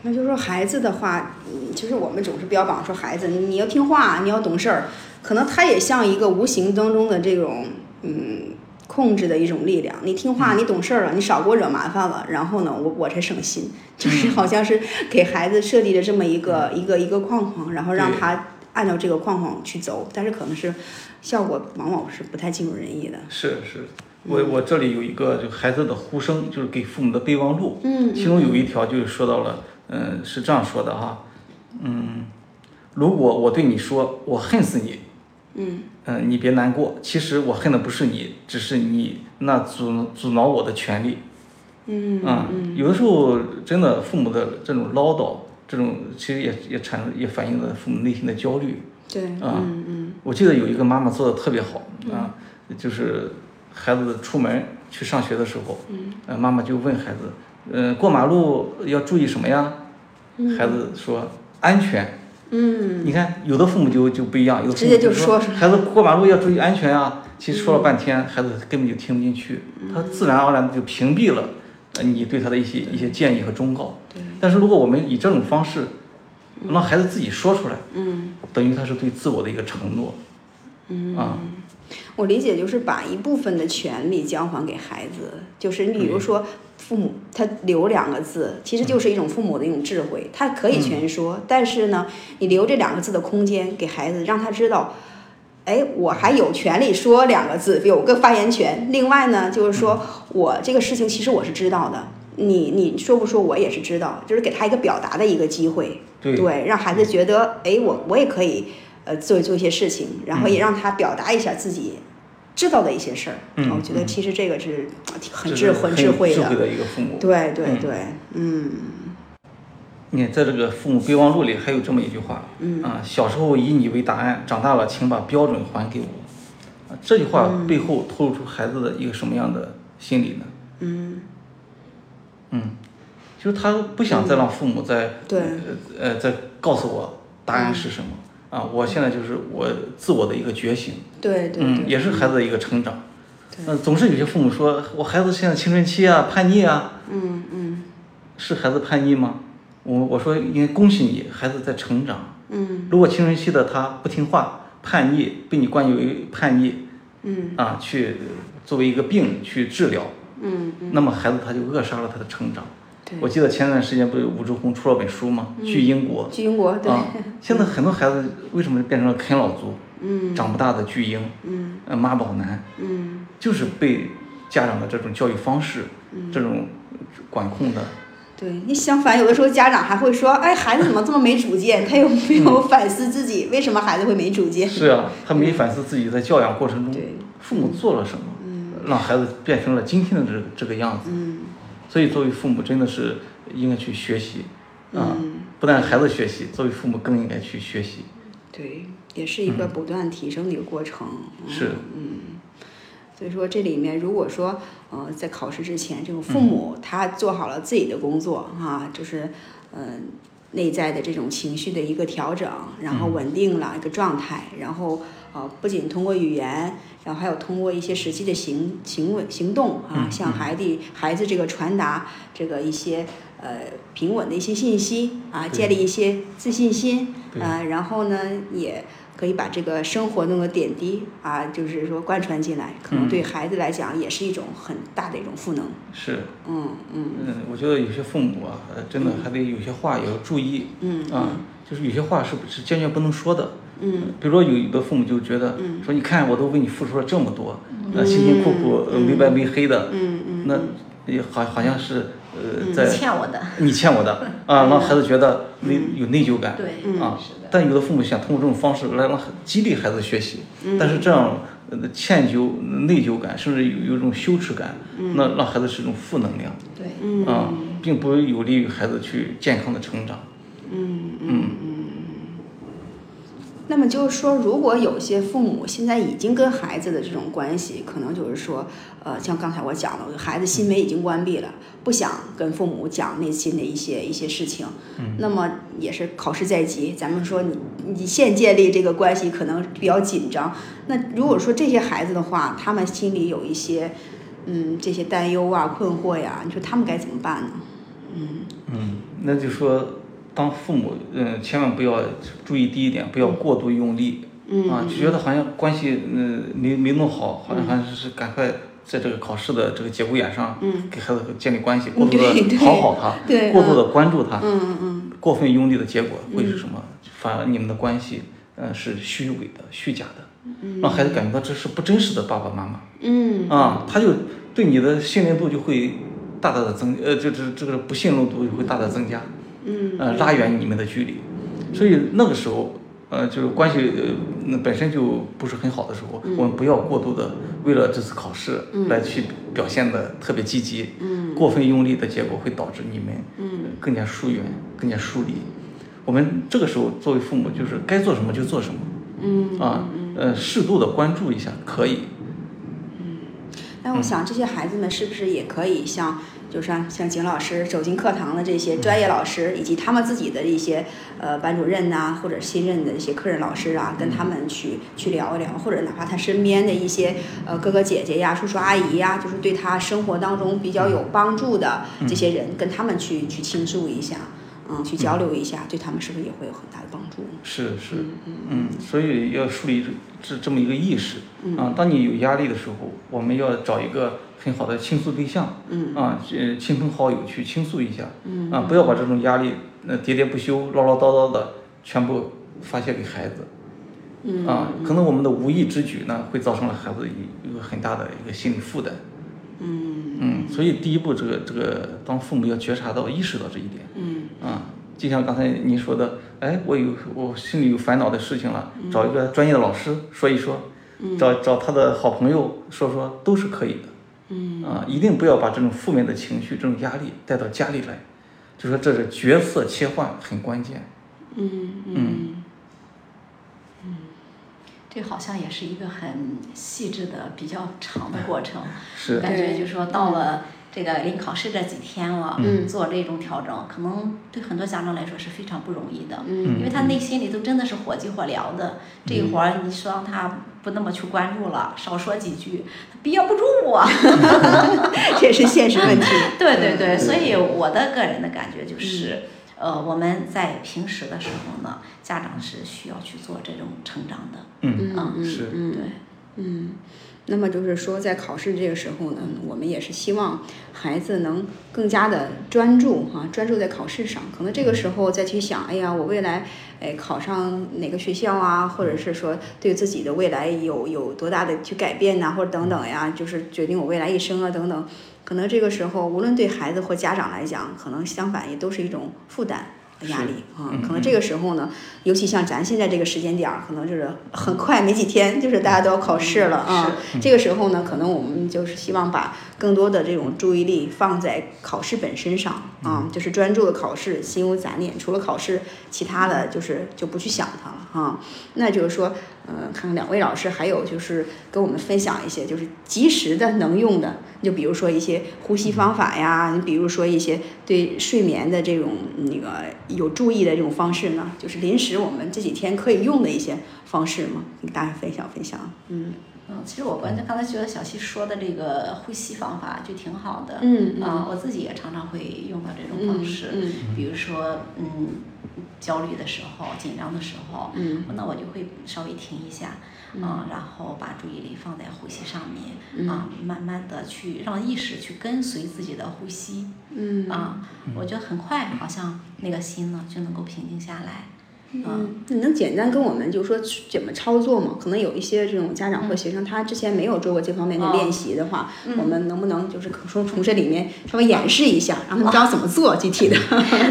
那就是说，孩子的话，嗯，其实我们总是标榜说孩子你要听话，你要懂事儿，可能他也像一个无形当中的这种嗯控制的一种力量。你听话，你懂事儿了，你少给我惹麻烦了，然后呢，我我才省心。就是好像是给孩子设计的这么一个、一个一个框框，然后让对他按照这个框框去走，但是可能是效果往往是不太尽如人意的。是是，我我这里有一个就孩子的呼声，就是给父母的备忘录。嗯，其中有一条就是说到了，嗯、是这样说的哈，嗯，如果我对你说我恨死你，嗯，你别难过，其实我恨的不是你，只是你那阻阻挠我的权利。嗯有的时候真的父母的这种唠叨，这种其实也也产也反映了父母内心的焦虑。对，啊，我记得有一个妈妈做的特别好啊，就是孩子出门去上学的时候，呃，妈妈就问孩子，呃，过马路要注意什么呀？嗯孩子说安全。嗯，你看，有的父母就就不一样，有的父直母接就说孩子过马路要注意安全啊。其嗯实说了半天，孩子根本就听不进去，他自然而然的就屏蔽了呃你对他的一些一些建议和忠告。但是如果我们以这种方式嗯让孩子自己说出来，等于他是对自我的一个承诺。嗯啊，我理解就是把一部分的权利交还给孩子，就是你比如说父母他留两个字，其实就是一种父母的一种智慧，他可以全说，但是呢，你留这两个字的空间给孩子，让他知道。哎，我还有权利说两个字，有个发言权。另外呢，就是说我这个事情其实我是知道的，你你说不说我也是知道，就是给他一个表达的一个机会。对让孩子觉得，哎，我我也可以，呃，做做一些事情，然后也让他表达一下自己知道的一些事儿。嗯我觉得其实这个是呃挺很这智是很很智有慧智的慧。的一个父母。对对嗯对，嗯你看，在这个父母备忘录里还有这么一句话，嗯啊，小时候以你为答案，长大了请把标准还给我。啊，这句话嗯背后透露出孩子的一个什么样的心理呢？嗯嗯，就是他不想再让父母再、嗯对呃呃再告诉我答案是什么、嗯啊，我现在就是我自我的一个觉醒。对对嗯，也是孩子的一个成长。嗯，总是有些父母说，我孩子现在青春期啊，叛逆啊。嗯嗯。是孩子叛逆吗？我我说应该恭喜你，孩子在成长。嗯。如果青春期的他不听话、叛逆，被你冠以为叛逆，嗯，啊，去作为一个病去治疗，嗯，那么孩子他就扼杀了他的成长。我记得前段时间不是武志红出了本书吗？去英国，居英国对，嗯啊，现在很多孩子为什么变成了啃老族？嗯，长不大的巨婴，嗯，呃，妈宝男，嗯，就是被家长的这种教育方式，这种管控的，对你相反，有的时候家长还会说，哎，孩子怎么这么没主见？他有嗯没有反思自己为什么孩子会没主见？ 是啊，他没反思自己在教养过程中对，嗯父母做了什么，让孩子变成了今天的这个这个样子，嗯，所以作为父母真的是应该去学习，嗯啊，不但孩子学习，作为父母更应该去学习，对，也是一嗯个不断提升的一个过程。嗯是，所以说这里面如果说呃在考试之前，这个父母他做好了自己的工作哈、就是嗯、内在的这种情绪的一个调整，然嗯后稳定了一个状态，然后呃，不仅通过语言，然后还有通过一些实际的行行为行动啊，嗯向孩子孩子这个传达这个一些呃平稳的一些信息啊，对建立一些自信心对啊，然后呢也。可以把这个生活中的点滴啊，就是说贯穿进来，可能嗯对孩子来讲也是一种很大的一种赋能。是，嗯嗯嗯，我觉得有些父母啊，呃真的还得有些话也要注意，嗯啊，就是有些话是是坚决不能说的，嗯，比如说有的父母就觉得，说你看我都为你付出了这么多，呃，辛辛苦苦、呃没白没黑的，嗯嗯那也好好像是呃在嗯欠我的，嗯你欠我的 啊，让孩子觉得内有内疚感，对，嗯嗯啊是的，，但有的父母想通过这种方式来让孩激励孩子学习，嗯但是这样呃歉疚、内疚感，甚至有有一种羞耻感，嗯那让孩子是一种负能量对，啊，并不有利于孩子去健康的成长。那么就是说，如果有些父母现在已经跟孩子的这种关系，可能就是说，呃，像刚才我讲的，孩子心门已经关闭了，不想跟父母讲内心的一些一些事情，那么也是考试在即，咱们说你你现建立这个关系可能比较紧张。那如果说这些孩子的话，他们心里有一些，嗯，这些担忧啊、困惑呀、你说他们该怎么办呢？嗯，那就说，当父母，嗯，千万不要注意第一点，不要过度用力，嗯、啊，就觉得好像关系，嗯、没没弄好，好嗯像好像是赶快在这个考试的这个节骨眼上，嗯，给孩子建立关系，过度对的对讨好他，对过度的关注他，嗯嗯嗯，过分用力的结果会是什么？反而你们的关系，嗯、是虚伪的、虚假的，让孩子感觉到这是不真实的爸爸妈妈。嗯啊，他就对你的信任度就会大大的增，呃，这这这个不信任度就会大大增加，嗯，呃，拉远你们的距离，所以那个时候，呃，就是关系呃那本身就不是很好的时候，我们不要过度的为了这次考试来去表现的特别积极，嗯，过分用力的结果会导致你们嗯更加疏远，更加疏离。我们这个时候作为父母，就是该做什么就做什么，嗯啊，呃，适度的关注一下可以，但我想这些孩子们是不是也可以像，就是像像景老师走进课堂的这些专业老师，以及他们自己的一些呃班主任呐、或者新任的一些客人老师啊，跟他们去去聊一聊，或者哪怕他身边的一些呃哥哥姐姐呀、叔叔阿姨呀，就是对他生活当中比较有帮助的这些人，跟他们去去倾诉一下，嗯，去交流一下，对他们是不是也会有很大的帮助？是是，嗯，所以要树立这这么一个意识啊。当你有压力的时候，我们要找一个很好的倾诉对象，嗯啊，呃，亲朋好友去倾诉一下，嗯啊，不要把这种压力呃喋喋不休、唠唠叨叨的全部发泄给孩子，嗯啊，可能我们的无意之举呢，会造成了孩子一一个很大的一个心理负担。嗯嗯，所以第一步，这个这个，当父母要觉察到、意识到这一点，啊，就像刚才您说的，哎，我有我心里有烦恼的事情了，找一个专业的老师说一说，找找他的好朋友说说，都是可以的。嗯啊，一定不要把这种负面的情绪、这种压力带到家里来，就说这是角色切换很关键。这好像也是一个很细致的、比较长的过程。是感觉对就说到了这个临考试这几天了，嗯做这种调整，可能对很多家长来说是非常不容易的，嗯因为他内心里头真的是火急火燎的，这一会儿你说让他不那么去关注了，少说几句，他憋不住啊。 这也是现实问题。对对对，嗯所以我的个人的感觉就是，呃，我们在平时的时候呢，家长是需要去做这种成长的，嗯，嗯，是对。嗯，那么就是说，在考试这个时候呢，我们也是希望孩子能更加的专注哈、专注在考试上。可能这个时候再去想，哎呀，我未来哎考上哪个学校啊，或者是说对自己的未来有有多大的去改变呐、或者等等呀，就是决定我未来一生啊等等。可能这个时候，无论对孩子或家长来讲，可能相反也都是一种负担。和压力啊、可能这个时候呢，尤其像咱现在这个时间点儿，可能就是很快没几天，就是大家都要考试了啊。这个时候呢，可能我们就是希望把更多的这种注意力放在考试本身上啊，就是专注的考试，心无杂念。除了考试，其他的就是就不去想它了啊。那就是说，呃，看看两位老师，还有就是跟我们分享一些就是及时的能用的，就比如说一些呼吸方法呀，你比如说一些对睡眠的这种那个有注意的这种方式呢，就是临时我们这几天可以用的一些方式吗？给大家分享分享。嗯嗯，其实我关刚才觉得小七说的这个呼吸方法就挺好的，嗯啊，我自己也常常会用到这种方式，嗯比如说嗯，焦虑的时候、紧张的时候，嗯，那我就会稍微停一下，啊，然后把注意力放在呼吸上面，嗯啊，慢慢的去让意识去跟随自己的呼吸，嗯啊，我觉得很快好像那个心呢就能够平静下来，啊，嗯，你能简单跟我们就说怎么操作吗？可能有一些这种家长或学生，他之前没有做过这方面的哦练习的话，嗯我们能不能就是从从这里面稍微演示一下，让他们知道怎么做具 体的？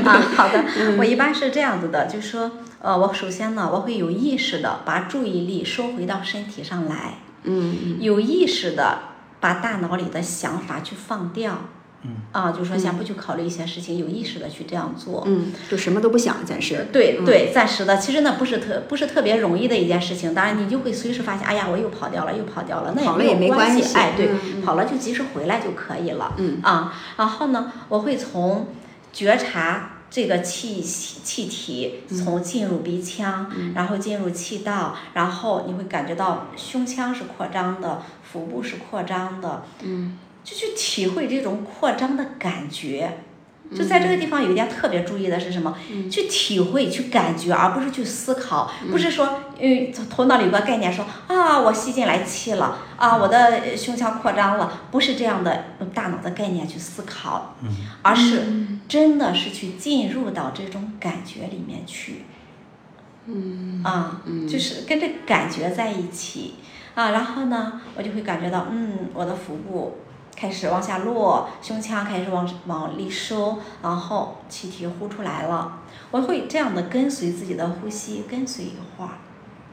啊，好的，嗯我一般是这样子的，就是说，呃，我首先呢，我会有意识的把注意力收回到身体上来，嗯有意识的把大脑里的想法去放掉，嗯，啊，就说先不去考虑一些事情，有意识的去这样做，嗯，就什么都不想，暂时。对对，暂时的，其实那不是特不是特别容易的一件事情。当然，你就会随时发现，哎呀，我又跑掉了，又跑掉了，那跑了也也没没有关系，系哎，对，嗯跑了就及时回来就可以了。嗯啊，然后呢，我会从觉察这个气息气体嗯从进入鼻腔，然后进入气道，然后你会感觉到胸腔是扩张的，腹部是扩张的，嗯就去体会这种扩张的感觉。就在这个地方有一点特别注意的是什么？去体会、去感觉，而不是去思考，不是说，嗯，从头脑里有个概念说啊，我吸进来气了啊，我的胸腔扩张了，不是这样的用大脑的概念去思考，而是真的是去进入到这种感觉里面去。嗯啊，就是跟着感觉在一起啊，然后呢，我就会感觉到，嗯，我的腹部开始往下落，胸腔开始往往里收，然后气体呼出来了，我会这样的跟随自己的呼吸，跟随一会儿，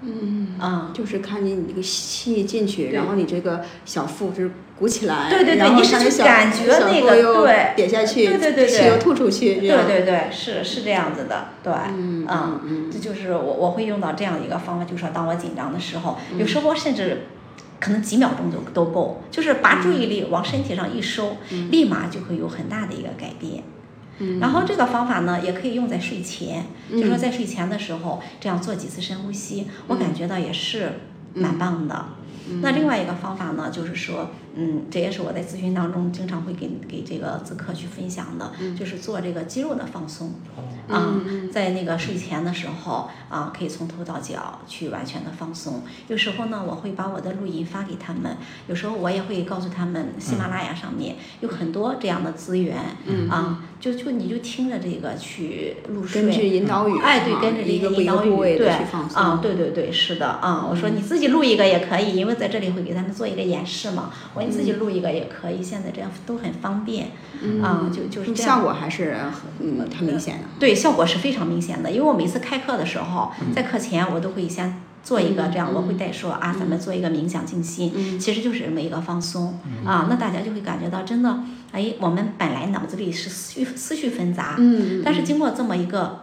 嗯，啊，就是看见你这个气进去，对然后你这个小腹就是鼓起来，对对对然后你是它的去小感觉小那腹个又对瘪下去，对对对对气又吐出去，这对样对对，是是这样子的，对，嗯啊嗯嗯这就是我我会用到这样一个方法，就是说当我紧张的时候，嗯有时候甚至可能几秒钟就都够，就是把注意力嗯往身体上一收，立马就会有很大的一个改变。然后这个方法呢，也可以用在睡前，就说在睡前的时候这样做几次深呼吸，我感觉到也是蛮棒的。那另外一个方法呢，就是说，嗯，这也是我在咨询当中经常会给给这个咨客去分享的，就是做这个肌肉的放嗯松。啊，在那个睡前的时候啊，可以从头到脚去完全的放松。有时候呢，我会把我的录音发给他们，有时候我也会告诉他们，喜马拉雅上面有很多这样的资源，嗯啊，就就你就听着这个去入睡，根据引导语，哎，对，啊跟着这一个引导一个部语，位的对，去放松，嗯啊，对对对，是的，啊，我说你自己录一个也可以，因为在这里会给他们做一个演示嘛，我说嗯你自己录一个也可以，现在这样都很方便，啊，就就是这样效。果还是很嗯很明显的。对，效果是非常明显的。因为我每次开课的时候，在课前我都会先做一个这样，我会带说啊，咱们做一个冥想静心，其实就是这么一个放松、啊。那大家就会感觉到真的，哎，我们本来脑子里是思绪思绪纷杂，嗯但是经过这么一个。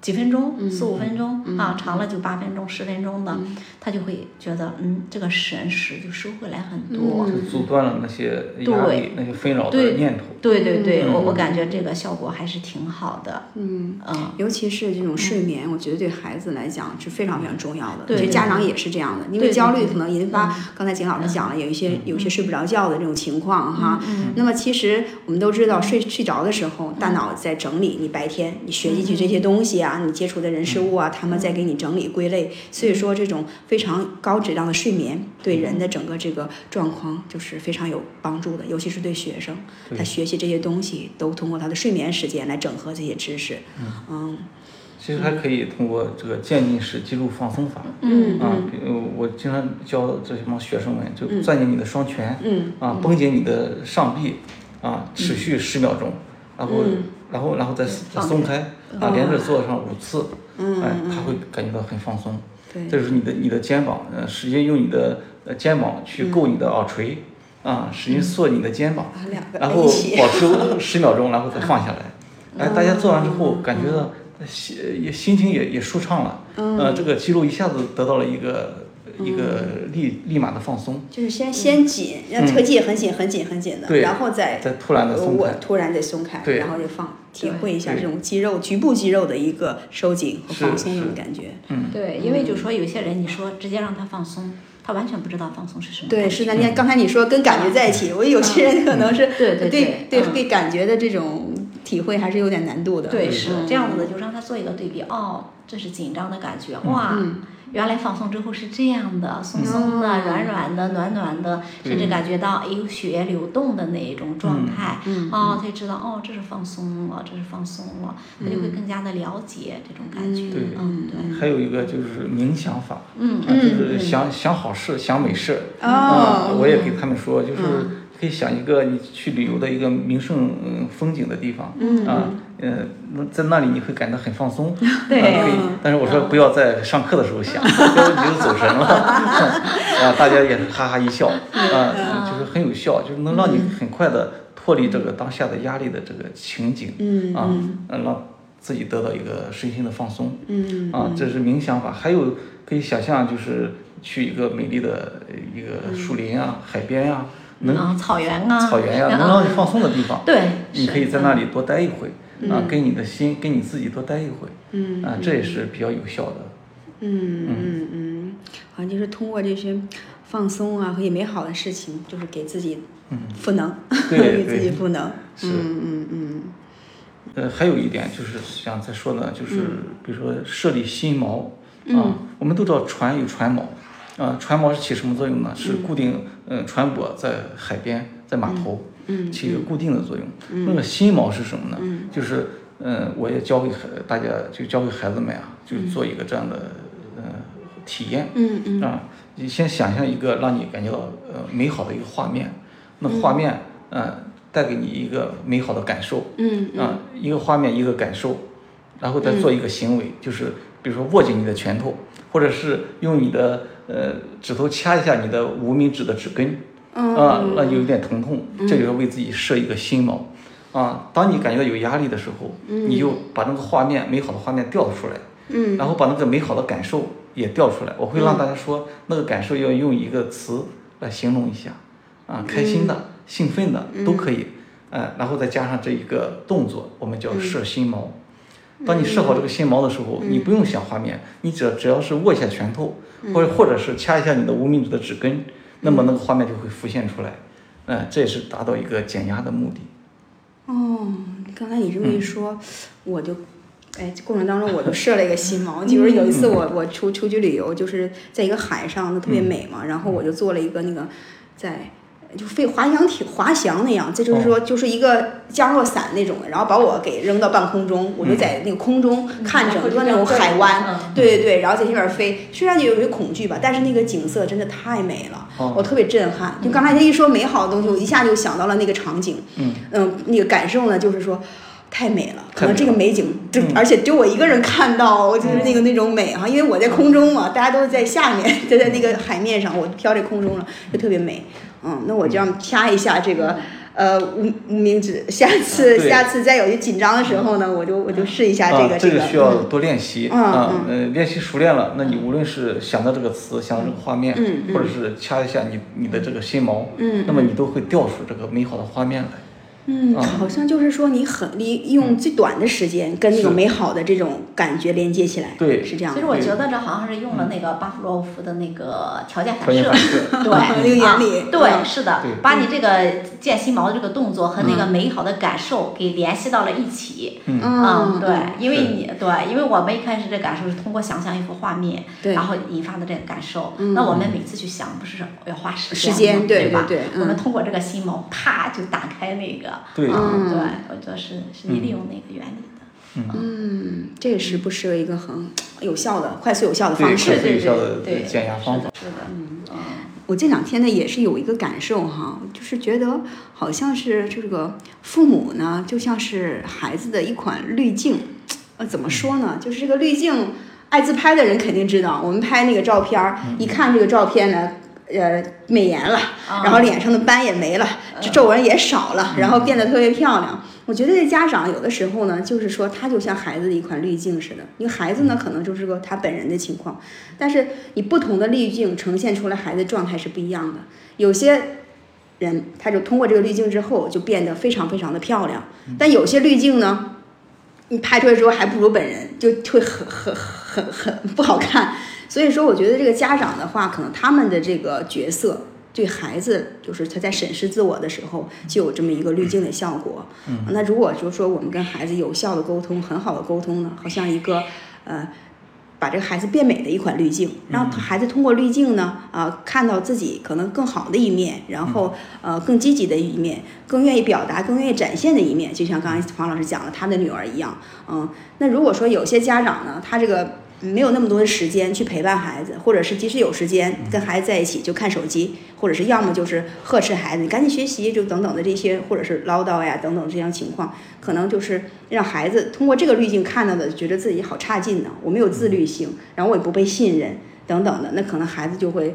几分钟，四五分钟、啊，长了就八分钟、十分钟的，他就会觉得，嗯，这个神识就收回来很多。就阻断了那些压力、那些纷扰的嗯对念头。对对对，我我感觉这个效果还是挺好的。嗯尤其是这种睡眠，我觉得对孩子来讲是非常非常重要的。对其实对家长也是这样的，因为对嗯焦虑可能引发刚才景老师讲了，有一些有一些睡不着觉的这种情况哈。那么其实我们都知道，睡睡着的时嗯候，大脑在整理你白天你学进去这些东西嗯啊，你接触的人事物啊，他们在给你整理归类。所以说，这种非常高质量的睡眠对人的整个这个状况就是非常有帮助的，尤其是对学生，他学习这些东西都通过他的睡眠时间来整合这些知识。嗯。其实还可以通过这个渐进式肌肉放松法，嗯啊，比如我经常教这些帮学生们，就攥紧你的双拳，嗯啊，绷紧你的上臂，啊，持续十秒钟，然后嗯然后然后再再松开，啊，连哦着做上五次，哎，他会感觉到很放松。嗯对这时候你的你的肩膀，呃，使劲用你的呃肩膀去嗯够你的耳垂，啊，使劲缩你的肩膀，啊两个嗯然一后起嗯保持十秒钟，然后再放下来。哎，大家做完之后感嗯呃觉到心也心情也也舒畅了，嗯、呃，这个肌肉一下子得到了一个一个立立马的放松，就是先先紧，让特技也很紧很紧很紧的，对然后再再突然的松我开。突然再松开，对然后就放，体对会一下对这种肌肉局部肌肉的一个收紧和是放松是那种感觉。对，因为就说有些人，你说直接让他放松，他完全不知道放松是什么感觉。对，是的，你看刚才你说跟感觉在一起，我有些人可能是对对对对嗯对感觉的这种体会还是有点难度的。对，是嗯这样子的，就让他做一个对比。哦，这是紧张的感觉，嗯哇，原来放松之后是这样的，松松的、嗯软软的、暖暖的，甚至感觉到哎有血液流动的那一种状态。嗯哦，他就知道哦，这是放松了，这是放松了，他嗯就会更加的了解这种感觉。对嗯，对，还有一个就是冥想法，嗯啊就是想想好事，想美事。啊，哦，我也给他们说，就是可以想一个你去旅游的一个名胜嗯风景的地方，嗯啊，呃，那在那里你会感到很放松，对啊可以。但是我说不要在上课的时候想，要不你就走神了，啊，大家也是哈哈一笑，啊，就是很有效，就是能让你很快的脱离这个当下的压力的这个情景，嗯啊，嗯让自己得到一个身心的放松。嗯啊，这是冥想法，还有可以想象就是去一个美丽的呃一个树林啊、海边呀、能啊，草原啊，草原呀、然能后让你放松的地方，对，你是可以在那里多待一会，啊，跟你的心、跟你自己多待一会，嗯啊，这也是比较有效的。嗯嗯嗯，好像就是通过这些放松啊和也美好的事情，就是给自己赋能，嗯 给对自己对赋能。是嗯嗯嗯，呃，还有一点就是想再说呢，就是比如说设立心锚啊、我们都知道船有船锚啊、船锚是起什么作用呢？是固定呃船舶在海边在码头，嗯，起一个固定的作用。那个心锚是什么呢？就是呃，我也教给孩大家，就教给孩子们啊，就做一个这样的呃体验，嗯嗯啊，你先想象一个让你感觉到呃美好的一个画面，那画面呃带给你一个美好的感受，嗯啊，一个画面一个感受，然后再做一个行为，就是比如说握紧你的拳头，或者是用你的呃指头掐一下你的无名指的指根，嗯啊，那有点疼痛，这就是为自己设一个心锚。啊，当你感觉到有压力的时候，你就把那个画面美好的画面调出来，嗯，然后把那个美好的感受也调出来。我会让大家说，那个感受要用一个词来形容一下，啊，开心的、兴奋的都可以，呃，然后再加上这一个动作，我们叫设心锚。当你设好这个心锚的时候，你不用想画面，你只要只要是握一下拳头，或者或者是掐一下你的无名指的指根，那么那个画面就会浮现出来。嗯、这也是达到一个减压的目的。哦，刚才你这么一说，我就，哎，这过程当中我就设了一个心锚，就是有一次我我出出去旅游，就是在一个海上，那特别美嘛，然后我就做了一个那个在。就飞滑翔艇、滑翔那样，这就是说，就是一个降落伞那种的，然后把我给扔到半空中，我就在那个空中看整个那种海湾，嗯对对对，然后在那边飞，虽然有有恐惧吧，但是那个景色真的太美了，哦我特别震撼。就刚才他一说美好的东西，我一下就想到了那个场景，嗯那个感受呢，就是说。太美了，可能太这美个了美景，就嗯而且只有我一个人看到，我就是那个那种美哈，因为我在空中嘛，大家都是在下面， 就在那个海面上，我飘在空中了，就特别美。嗯，那我这样掐一下这个呃无无名指，下次啊对下次再有一紧张的时候呢，我就我就试一下这啊个，这个需要多练习嗯啊，呃，练习熟练了，那你无论是想到这个词，想到这个画面嗯，或者是掐一下你你的这个心锚，嗯那么你都会调出这个美好的画面来。嗯，啊嗯好像就是说你很你用最短的时间跟那种是美好的这种感觉连接起来，对嗯是这样其的实。我觉得这好像是用了那个巴甫洛夫的那个条件条反件射 反，射对，嗯 那个原理啊嗯对，是的对，把你这个建心毛的这个动作和那个美好的感受给联系到了一起。嗯嗯，嗯，对，因为你对，因为我们一开始这感受是通过想象一幅画面，对嗯然后引发的这个感受。那我们每次去想，不是要花时时间间吗对吧？对对嗯我们通过这个心锚，啪就打开那个。对嗯，对，我觉得是是你利用那个原理的。啊嗯，这也是不失为一个很有效的、快速有效的对，方是式。最有效的对对减压方法。是的，嗯，我这两天呢也是有一个感受哈，就是觉得好像是这个父母呢，就像是孩子的一款滤镜。呃，怎么说呢？就是这个滤镜，爱自拍的人肯定知道，我们拍那个照片儿，一看这个照片呢。呃美颜了，啊然后脸上的斑也没了，这皱纹也少了，然后变得特别漂亮。我觉得这家长有的时候呢，就是说他就像孩子的一款滤镜似的，因为孩子呢可能就是个他本人的情况，但是你不同的滤镜呈现出来孩子状态是不一样的。有些人他就通过这个滤镜之后就变得非常非常的漂亮，但有些滤镜呢，你拍出来之后还不如本人，就会很很很很很不好看。所以说，我觉得这个家长的话，可能他们的这个角色对孩子，就是他在审视自我的时候，就有这么一个滤镜的效果。嗯，那如果就是说我们跟孩子有效的沟通，很好的沟通呢，好像一个呃，把这个孩子变美的一款滤镜，让孩子通过滤镜呢，啊、看到自己可能更好的一面，然后呃更积极的一面，更愿意表达、更愿意展现的一面，就像刚才黄老师讲的，他的女儿一样。嗯，那如果说有些家长呢，他这个没有那么多的时间去陪伴孩子，或者是即使有时间跟孩子在一起就看手机，或者是要么就是呵斥孩子你赶紧学习，就等等的这些，或者是唠叨呀等等这样情况，可能就是让孩子通过这个滤镜看到的，觉得自己好差劲呢，我没有自律性，然后我也不被信任等等的，那可能孩子就会。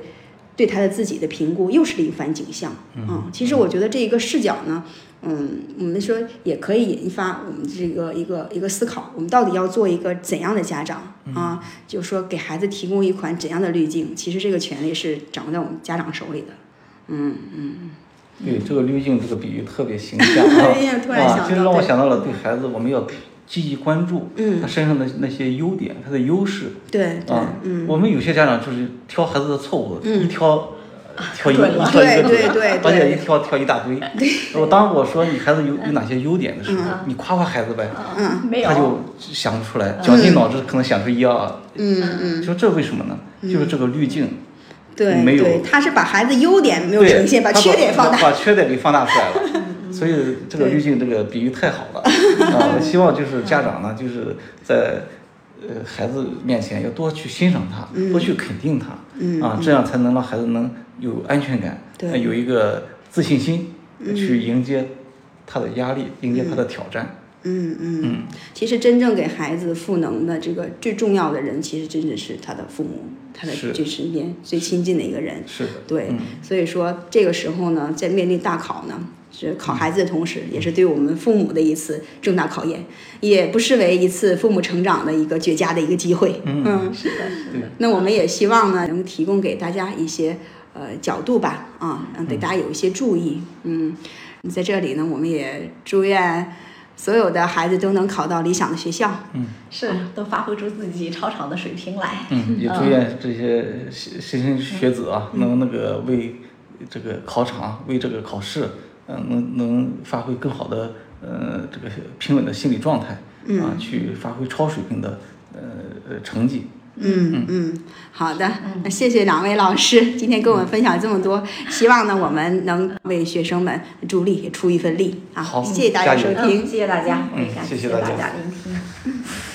对他的自己的评估又是另一番景象，嗯，其实我觉得这一个视角呢，嗯，我们说也可以引发我们这个一个一个思考，我们到底要做一个怎样的家长嗯啊？就说给孩子提供一款怎样的滤镜，其实这个权利是掌握在我们家长手里的。嗯嗯，对这个滤镜这个比喻特别形 象啊！哎呀突然想到啊，其实让我对想到了对孩子，我们要积极关注，嗯，他身上的那些优点，他的优势，对对嗯啊，嗯我们有些家长就是挑孩子的错误，一挑。挑一准一啊了挑一对个对准对对而且一挑挑一大堆。我当我说你孩子有有哪些优点的时候，你夸夸孩子呗，嗯，没有他，就想不出来，绞尽脑汁可能想出一二。嗯嗯，就这为什么呢？就是这个滤镜，对没有对，他是把孩子优点没有对呈现，把他缺点放大。嗯把缺点给放大 出来了。所以这个滤镜这个比喻太好了啊！我希望就是家长呢，就是在呃孩子面前要多去欣赏他，嗯多去肯定他，啊，这样才能让孩子能有安全感，对呃有一个自信心，去迎接他的压力，迎接他的挑战。嗯嗯，其实真正给孩子赋能的这个最重要的人，其实真的是他的父母，他的是最身边最亲近的一个人。是的，对，嗯所以说这个时候呢，在面临大考呢，是考孩子的同时，嗯也是对我们父母的一次重大考验，也不失为一次父母成长的一个绝佳的一个机会。嗯，是的，是的，那我们也希望呢，能提供给大家一些呃角度吧，啊，让给大家有一些注意。嗯，在这里呢，我们也祝愿所有的孩子都能考到理想的学校。是都发挥出自己超常的水平来。嗯，也祝愿这些莘莘莘学子啊，能那个为这个考场，为这个考试，嗯、能能发挥更好的呃这个平稳的心理状态，啊，去发挥超水平的呃呃成绩。嗯嗯，好的，那谢谢两位老师今天跟我们分享这么多，希望呢我们能为学生们助力，也出一份力啊！好谢谢大家加收油嗯，听。谢谢大家，嗯也感谢谢谢大大家聆听。